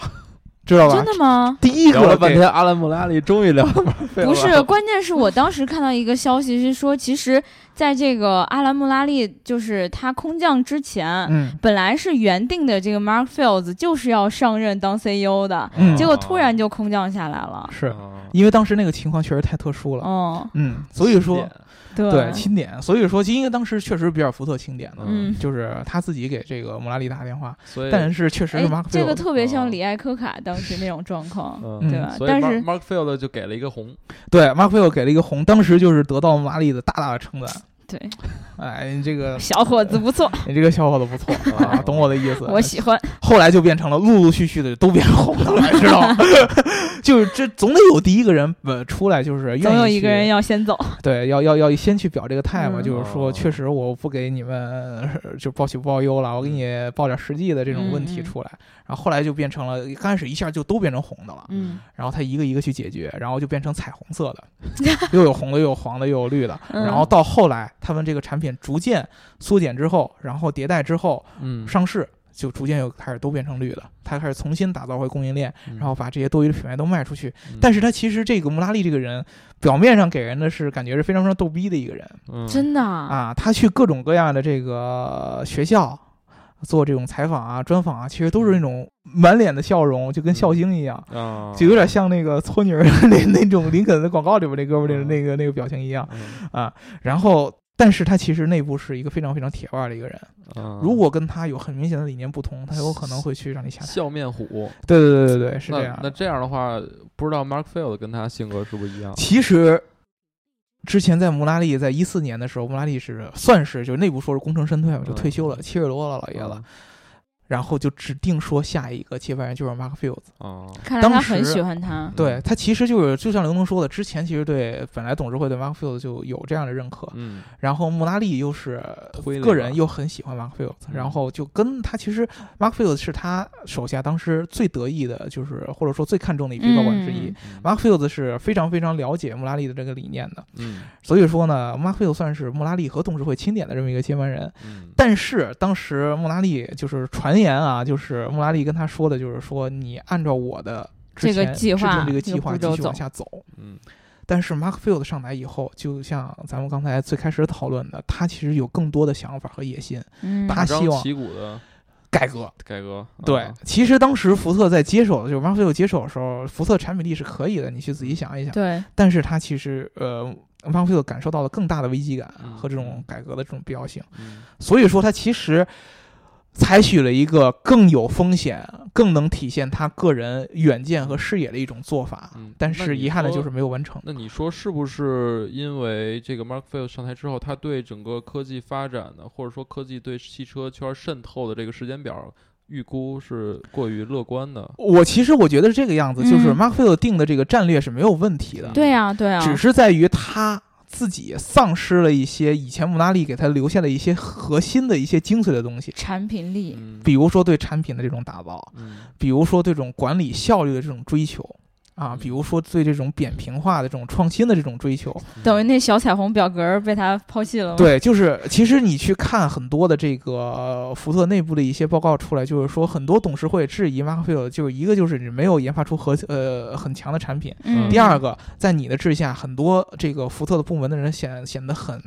Speaker 3: 知道 吧？
Speaker 2: 真的吗？
Speaker 3: 第一
Speaker 4: 聊
Speaker 3: 个
Speaker 4: 了半
Speaker 3: 给
Speaker 4: 天，阿兰穆拉利终于聊到马菲
Speaker 2: 不
Speaker 4: 了
Speaker 2: 是，关键是我当时看到一个消息是说，其实在这个阿兰穆拉利就是他空降之前，
Speaker 3: 嗯
Speaker 2: 本来是原定的这个 Mark Fields 就是要上任当 CEO 的，
Speaker 3: 嗯
Speaker 2: 结果突然就空降下来了。
Speaker 3: 是
Speaker 4: 啊
Speaker 3: 因为当时那个情况确实太特殊了，
Speaker 2: 哦，
Speaker 3: 嗯，所以说，
Speaker 2: 对
Speaker 3: 对，钦点，所以说，因为当时确实比尔福特钦点的，
Speaker 2: 嗯，
Speaker 3: 就是他自己给这个莫拉利打电话，
Speaker 4: 所以
Speaker 3: 但是确实
Speaker 2: 哎
Speaker 3: 是马，克菲
Speaker 2: 这
Speaker 3: 尔
Speaker 2: 个特别像
Speaker 4: 哦
Speaker 2: 里艾科卡当时那种状况，
Speaker 4: 嗯，
Speaker 2: 对吧？
Speaker 4: 所以
Speaker 2: 啊但
Speaker 4: Mark-
Speaker 2: 是
Speaker 4: Mark Field 就给了一个红，
Speaker 3: 对马克菲尔给了一个红，当时就是得到莫拉利的大大的称赞。
Speaker 2: 对
Speaker 3: 哎，你这个
Speaker 2: 小伙子不错，
Speaker 3: 你这个小伙子不 错啊，懂我的意思。
Speaker 2: 我喜欢。
Speaker 3: 后来就变成了陆陆续续的都变红 的了，知道吗？ 就是这总得有第一个人呃出来，就是
Speaker 2: 总有
Speaker 3: 愿意
Speaker 2: 一个
Speaker 3: 去
Speaker 2: 人要先走。
Speaker 3: 对，要要要先去表这个态嘛，
Speaker 2: 嗯
Speaker 3: 就是说，
Speaker 4: 哦
Speaker 3: 确实我不给你们呃就报喜不报忧了，我给你报点实际的这种问
Speaker 2: 嗯
Speaker 3: 题
Speaker 2: 嗯
Speaker 3: 出来。然后后来就变成了，刚开始一下就都变成红的了，
Speaker 2: 嗯，
Speaker 3: 然后他一个一个去解决，然后就变成彩虹 色的，又有红的，又有黄的，又有绿的。
Speaker 2: 嗯
Speaker 3: 然后到后来，他们这个产品逐渐缩减之后，然后迭代之后
Speaker 4: 嗯
Speaker 3: 上市。就逐渐又开始都变成绿的，他开始重新打造回供应链，
Speaker 4: 嗯
Speaker 3: 然后把这些多余的品牌都卖出去，
Speaker 4: 嗯
Speaker 3: 但是他其实这个穆拉利这个人，表面上给人的是感觉是非常非常逗逼的一个人
Speaker 4: 嗯
Speaker 2: 真的啊，
Speaker 3: 啊，他去各种各样的这个学校做这种采访啊、专访啊，其实都是那种满脸的笑容，就
Speaker 4: 嗯
Speaker 3: 跟笑星一样，
Speaker 4: 啊，
Speaker 3: 就有点像那个搓泥儿那那种林肯的广告里边那哥们儿的那个那个表情一样
Speaker 4: 嗯
Speaker 3: 啊。然后，但是他其实内部是一个非常非常铁腕的一个人，
Speaker 4: 啊
Speaker 3: 如果跟他有很明显的理念不同，他有可能会去让你下台。
Speaker 4: 笑面虎，
Speaker 3: 对对对对对，是
Speaker 4: 那
Speaker 3: 这样的
Speaker 4: 那。这样的话，不知道 Mark Field 跟他性格是不是一样？
Speaker 3: 其实之前在穆拉利，在一四
Speaker 4: 嗯啊
Speaker 3: 年的时候，穆拉利是算是就内部说是功成身退嘛，就退休了，七十多了老爷子。然后就指定说下一个接班人就是 Mark Fields。
Speaker 4: 啊，
Speaker 2: 看来他
Speaker 3: 当时
Speaker 2: 很喜欢他。
Speaker 4: 嗯
Speaker 3: 对他其实就是就像刘能说的，之前其实对本来董事会对 Mark Fields 就有这样的认可，
Speaker 4: 嗯，
Speaker 3: 然后穆拉利又是
Speaker 4: 推了
Speaker 3: 呃个
Speaker 4: 一
Speaker 3: 人
Speaker 4: 把
Speaker 3: 又很喜欢 Mark Fields，
Speaker 4: 嗯
Speaker 3: 然后就跟他其实 Mark Fields 是他手下当时最得意的，就是或者说最看重的一批高管之一。
Speaker 2: 嗯
Speaker 3: Mark Fields 是非常非常了解穆拉利的这个理念的，
Speaker 4: 嗯
Speaker 3: 所以说呢，Mark Fields 算是穆拉利和董事会钦点的这么一个接班人。
Speaker 4: 嗯
Speaker 3: 但是当时穆拉利就是传言啊，就是穆拉利跟他说的，就是说你按照我的之
Speaker 2: 这个
Speaker 3: 前
Speaker 2: 计划
Speaker 3: 制定这个
Speaker 2: 这
Speaker 3: 计
Speaker 2: 个
Speaker 3: 划
Speaker 2: 步骤
Speaker 3: 继续往
Speaker 2: 走
Speaker 3: 下走。
Speaker 4: 嗯
Speaker 3: 但是 Mark Field 上台以后，就像咱们刚才最开始讨论的，他其实有更多的想法和野心，
Speaker 2: 嗯，
Speaker 3: 他希望
Speaker 4: 旗鼓的
Speaker 3: 改革。
Speaker 4: 改革，
Speaker 3: 对
Speaker 4: 啊，
Speaker 3: 其实当时福特在接手，就是 Mark Field 接手的时候，福特产品力是可以的，你去仔细想一想。
Speaker 2: 对，
Speaker 3: 但是他其实呃，Mark Field 感受到了更大的危机感
Speaker 4: 嗯
Speaker 3: 和这种改革的这种必要性，
Speaker 4: 嗯
Speaker 3: 所以说他其实。采取了一个更有风险、更能体现他个人远见和视野的一种做法，
Speaker 4: 嗯
Speaker 3: 但
Speaker 4: 那
Speaker 3: 是
Speaker 4: 你
Speaker 3: 遗憾的
Speaker 4: 说
Speaker 3: 就是没有完成。
Speaker 4: 那你说是不是因为这个 Mark Field 上台之后，他对整个科技发展的，或者说科技对汽车圈渗透的这个时间表预估是过于乐观的？
Speaker 3: 我其实我觉得是这个样子，就是
Speaker 2: 嗯
Speaker 3: Mark Field 定的这个战略是没有问题的，
Speaker 2: 对呀、对呀、啊
Speaker 3: 只是在于他自己丧失了一些以前穆拉利给他留下的一些核心的一些精髓的东西，
Speaker 2: 产品力，
Speaker 4: 嗯，
Speaker 3: 比如说对产品的这种打造，
Speaker 4: 嗯
Speaker 3: 比如说对这种管理效率的这种追求。啊，比如说对这种扁平化的这种创新的这种追求，
Speaker 2: 等于那小彩虹表格儿被他抛弃了吗？
Speaker 3: 对，就是其实你去看很多的这个呃福特内部的一些报告出来，就是说很多董事会质疑马克菲尔，就是一个就是你没有研发出核呃很强的产品，
Speaker 2: 嗯，
Speaker 3: 第二个，在你的治下，很多这个福特的部门的人显显得很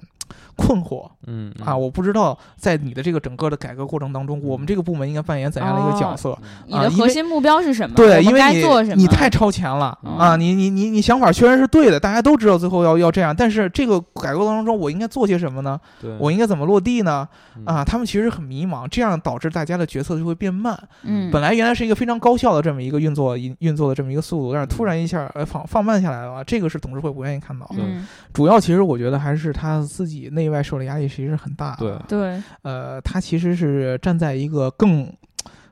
Speaker 3: 困惑
Speaker 4: 嗯
Speaker 3: 啊！我不知道在你的这个整个的改革过程当中，我们这个部门应该扮演怎样的一个角色？
Speaker 4: 嗯
Speaker 2: 你
Speaker 3: 啊
Speaker 2: 的
Speaker 3: 因
Speaker 2: 核
Speaker 3: 为
Speaker 2: 心目标是什么？
Speaker 3: 对，
Speaker 2: 哦我
Speaker 3: 因
Speaker 2: 们
Speaker 3: 为
Speaker 2: 该
Speaker 3: 你
Speaker 2: 做什么？哦
Speaker 3: 你太超前了、
Speaker 4: 嗯
Speaker 3: 啊！你你你你想法虽然是对的，大家都知道最后要要这样，但是这个改革过程中，我应该做些什么呢？
Speaker 2: 嗯
Speaker 4: 对
Speaker 3: 我应该怎么落地呢？
Speaker 4: 嗯
Speaker 3: 啊，他们其实很迷茫，这样导致大家的决策就会变慢。
Speaker 2: 嗯，
Speaker 3: 本来原来是一个非常高效的这么一个运作运运作的这么一个速度，但是突然一下呃放放慢下来了，这个是董事会不愿意看到的。
Speaker 2: 嗯，
Speaker 3: 主要其实我觉得还是他自己内外受的压力其实很大的。
Speaker 4: 对
Speaker 2: 对，
Speaker 3: 呃，他其实是站在一个更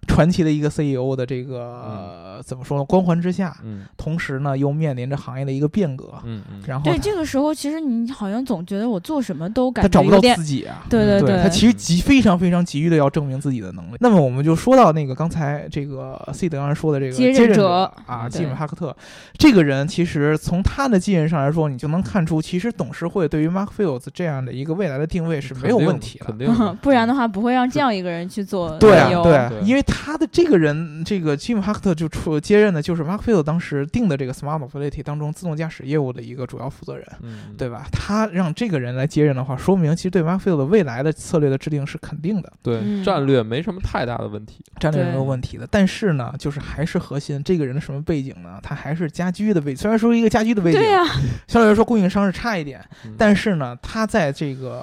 Speaker 3: 传奇的一个 CEO 的这个、呃怎么说呢光环之下，
Speaker 4: 嗯
Speaker 3: 同时呢又面临着行业的一个变革，
Speaker 4: 嗯嗯，
Speaker 3: 然后
Speaker 2: 对，
Speaker 3: 他
Speaker 2: 这个时候其实你好像总觉得我做什么都感
Speaker 3: 他找
Speaker 2: 觉
Speaker 3: 不
Speaker 2: 有
Speaker 3: 到
Speaker 2: 点
Speaker 3: 自，己啊。
Speaker 2: 对
Speaker 4: 嗯
Speaker 2: 呃对
Speaker 3: 他其实急非常非常急于的要证明自己的能力。那么我们就说到那个刚才这个 C 德刚才说的这个
Speaker 2: 接任
Speaker 3: 任
Speaker 2: 者
Speaker 3: 啊，
Speaker 4: 嗯
Speaker 3: 吉姆
Speaker 2: 对
Speaker 3: 哈克特这个人，其实从他的继任上来说，你就能看出，其实董事会对于 Mark Fields 这样的一个未来的定位是没有问题
Speaker 2: 呃
Speaker 3: 的
Speaker 4: 肯。定的
Speaker 2: ，不然的话不会让这样一个人去做哎
Speaker 3: 对啊
Speaker 2: CEO
Speaker 3: 对啊
Speaker 4: 对，
Speaker 3: 因为他的这个人，这个 Jim h a c k 就出接任的就是 Mark Field 当时定的这个 Smart Mobility 当中自动驾驶业务的一个主要负责人，
Speaker 4: 嗯，
Speaker 3: 对吧？他让这个人来接任的话，说明其实对 Mark Field 的未来的策略的制定是肯定的。
Speaker 4: 对
Speaker 2: 嗯
Speaker 4: 战略没什么太大的问题，
Speaker 3: 战略是没有
Speaker 2: 对
Speaker 3: 问题的。但是呢，就是还是核心，这个人的什么背景呢？他还是家居的背景，虽然说一个家居的背景，
Speaker 2: 对呀，
Speaker 3: 相对来说供应商是差一点，
Speaker 4: 嗯
Speaker 3: 但是呢，他在这个、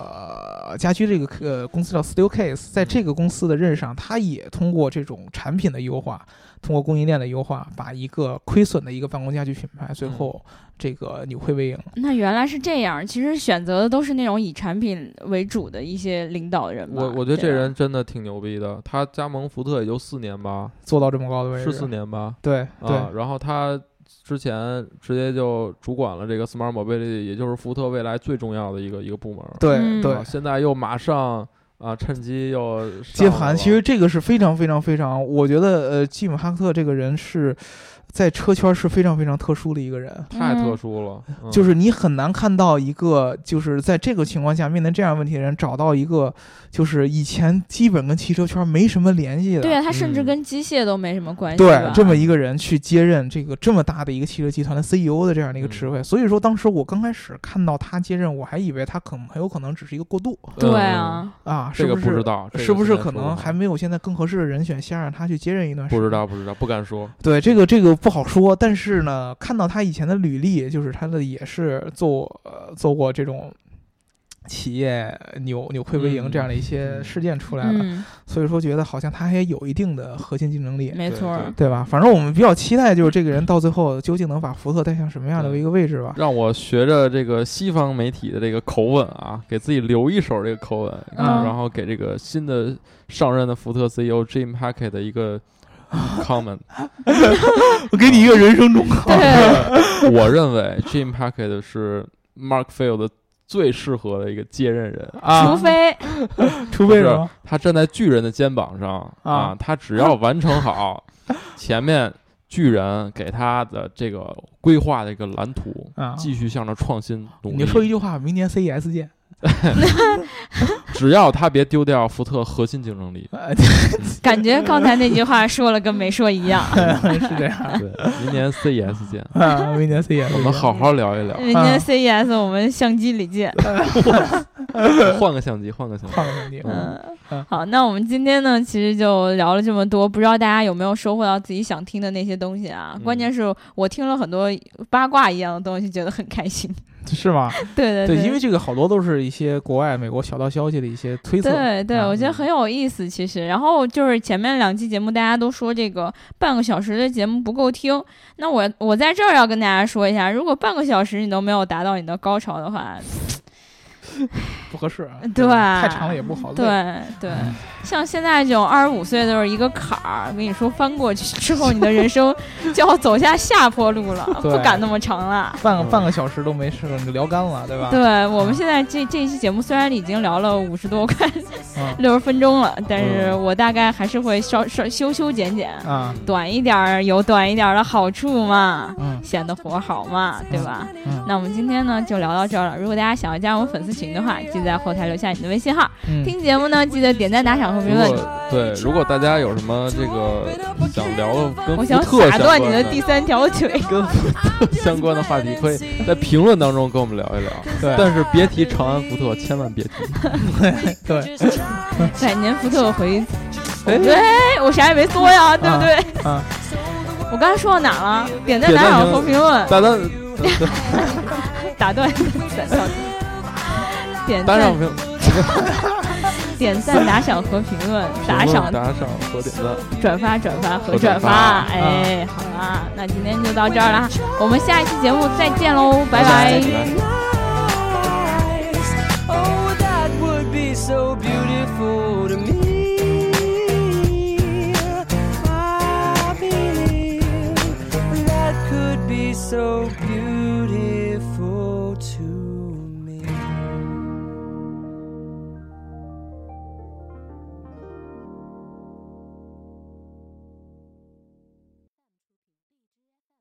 Speaker 3: 呃家居这个呃公司叫 Steelcase，在这个公司的任上，他也通过这种产品的优化，通过供应链的优化，把一个亏损的一个办公家具品牌，最后这个扭亏为盈。
Speaker 2: 那原来是这样，其实选择的都是那种以产品为主的一些领导人吧。
Speaker 4: 我我觉得这
Speaker 2: 对吧
Speaker 4: 人真的挺牛逼的，他加盟福特也就四年吧，
Speaker 3: 做到这么高的位
Speaker 4: 是四
Speaker 3: 置，
Speaker 4: 年吧，
Speaker 3: 对对、
Speaker 4: 啊，然后他之前直接就主管了这个 Smart Mobility，也就是福特未来最重要的一个一个部门。
Speaker 3: 对、
Speaker 2: 嗯
Speaker 3: 对
Speaker 4: 啊，。现在又马上啊，趁机又上
Speaker 3: 接
Speaker 4: 了
Speaker 3: 盘，
Speaker 4: 吧
Speaker 3: 其实这个是非常非常非常，我觉得呃，吉姆哈克特这个人是在车圈是非常非常特殊的一个人，
Speaker 4: 太
Speaker 2: 嗯
Speaker 4: 特殊了，嗯
Speaker 3: 就是你很难看到一个就是在这个情况下面临这样问题的人找到一个就是以前基本跟汽车圈没什么联系的，
Speaker 2: 对啊，他甚至
Speaker 4: 嗯
Speaker 2: 跟机械都没什么关系吧。
Speaker 3: 对这么一个人去接任这个这么大的一个汽车集团的 CEO 的这
Speaker 4: 嗯
Speaker 3: 样的一个职位，所以说当时我刚开始看到他接任，我还以为他可能很有可能只是一个过渡
Speaker 4: 嗯
Speaker 2: 对啊，
Speaker 3: 啊，
Speaker 4: 这个
Speaker 3: 是不
Speaker 4: 不
Speaker 3: 是
Speaker 4: 知道，这个
Speaker 3: 是不是
Speaker 4: 现在
Speaker 3: 可
Speaker 4: 说
Speaker 3: 能
Speaker 4: 不
Speaker 3: 还
Speaker 4: 好
Speaker 3: 没有现在更合适的人选，先让他去接任一段时间？
Speaker 4: 不知道，不知道，不敢说。
Speaker 3: 对，这个这个不好说，但是呢，看到他以前的履历，就是他的也是做呃做过这种企业扭扭亏为盈
Speaker 4: 嗯
Speaker 3: 这样的一些
Speaker 4: 嗯
Speaker 3: 事件出来了，
Speaker 2: 嗯，
Speaker 3: 所以说觉得好像他也有一定的核心竞争力。
Speaker 2: 没错儿，
Speaker 3: 对吧？反正我们比较期待，就是这个人到最后究竟能把福特带向什么样的
Speaker 4: 对
Speaker 3: 一个位置吧？
Speaker 4: 让我学着这个西方媒体的这个口吻啊，给自己留一手这个口吻，
Speaker 2: 嗯
Speaker 4: 然后给这个新的上任的福特 CEO Jim Hackett 的一 个 comment。
Speaker 3: 我给你一个人生忠告。
Speaker 2: 对，
Speaker 4: 我认为 Jim Hackett 是 Mark Field 最适合的一个接任人。
Speaker 2: 除
Speaker 3: 啊，
Speaker 2: 非
Speaker 3: 除非
Speaker 4: 是
Speaker 3: 什么？
Speaker 4: 他站在巨人的肩膀上
Speaker 3: 啊
Speaker 4: 啊，他只要完成 好前面巨人给他的这个规划的一个蓝图，
Speaker 3: 啊，
Speaker 4: 继续向着创新努
Speaker 3: 你
Speaker 4: 力
Speaker 3: 就。说一句话，明年 CES 见。，
Speaker 4: 只要他别丢掉福特核心竞争力
Speaker 3: 呃，
Speaker 2: 感觉刚才那句话说了跟没说一 样。
Speaker 3: 是这样。
Speaker 4: 对，明年 CES 见，
Speaker 3: 啊，明年 CES
Speaker 2: 嗯
Speaker 4: 我们好好聊一聊，
Speaker 2: 明
Speaker 3: 啊
Speaker 2: 年 CES E 我们相机里见。
Speaker 4: 换个相机，换个相机。
Speaker 3: 换个兄弟。
Speaker 2: 嗯
Speaker 3: 嗯，
Speaker 2: 好，那我们今天呢，其实就聊了这么多，不知道大家有没有收获到自己想听的那些东西啊？
Speaker 4: 嗯
Speaker 2: 关键是我听了很多八卦一样的东西，觉得很开心。
Speaker 3: 是吗？
Speaker 2: 对
Speaker 3: 对，
Speaker 2: 对，
Speaker 3: 因为这个好多都是一些国外美国小道消息的一些推测。
Speaker 2: 对对，
Speaker 3: 啊
Speaker 2: 我觉得
Speaker 4: 嗯
Speaker 2: 很有意思。其实，然后就是前面两期节目，大家都说这个半个小时的节目不够听。那我我在这儿要跟大家说一下，如果半个小时你都没有达到你的高潮的话，
Speaker 3: 不合适啊。
Speaker 2: 对
Speaker 3: 太长了也不好。
Speaker 2: 对，对，
Speaker 4: 嗯
Speaker 2: 像现在这种二十五岁都是一个坎儿，我跟你说，翻过去之后，你的人生就要走下下坡路 了，
Speaker 3: 对
Speaker 2: 不敢那么长了。
Speaker 3: 半个
Speaker 4: 嗯
Speaker 3: 半个小时都没事了，你聊干了，对吧？
Speaker 2: 对我们现在这这一期节目虽然已经聊了五十多快
Speaker 3: 嗯
Speaker 2: 六十分钟了，但是
Speaker 4: 啊嗯
Speaker 2: 我大概还是会稍稍修修剪剪，
Speaker 3: 啊，
Speaker 2: 短一点儿有短一点儿的好处嘛，
Speaker 3: 嗯
Speaker 2: 显得活好嘛，啊对吧？
Speaker 3: 嗯
Speaker 2: 那我们今天呢就聊到这儿了。如果大家想要加入我们粉丝群的话，记得在后台留下你的微信号。
Speaker 3: 嗯，
Speaker 2: 听节目呢，记得点赞、打赏和评
Speaker 4: 如
Speaker 2: 论。
Speaker 4: 果对，如果大家有什么这个想聊的
Speaker 2: 我
Speaker 4: 跟福
Speaker 2: 想
Speaker 4: 特
Speaker 2: 打
Speaker 4: 相
Speaker 2: 断
Speaker 4: 关
Speaker 2: 你的
Speaker 4: 的
Speaker 2: 第三条腿。
Speaker 4: 跟福特 相关的话题，可以在评论当中跟我们聊一聊，
Speaker 3: 对
Speaker 4: 但是别提长安福特，千 万别提。
Speaker 3: 对，
Speaker 2: 百年福特回，
Speaker 4: 哎
Speaker 2: 对我啥也没说呀，对不对？
Speaker 3: 啊
Speaker 2: 我刚才说到哪了？点赞、
Speaker 4: 点
Speaker 2: 打
Speaker 4: 赞
Speaker 2: 赏
Speaker 4: 评
Speaker 2: 和评论，
Speaker 4: 大家
Speaker 2: 打断 你的三条腿。点
Speaker 4: 打赏
Speaker 2: 赞、
Speaker 4: 评
Speaker 2: 点赞、打赏和评论，打
Speaker 4: 评
Speaker 2: 赏
Speaker 4: 论、、打赏和点赞，
Speaker 2: 转发、转发和
Speaker 4: 和
Speaker 2: 转
Speaker 4: 转
Speaker 2: 发
Speaker 4: 发。
Speaker 2: 哎，好啦，那今天就到这儿啦，我们下一期节目再见喽，拜
Speaker 4: 拜
Speaker 2: 拜
Speaker 4: 拜。
Speaker 1: Nice. Oh, that would be so beautiful.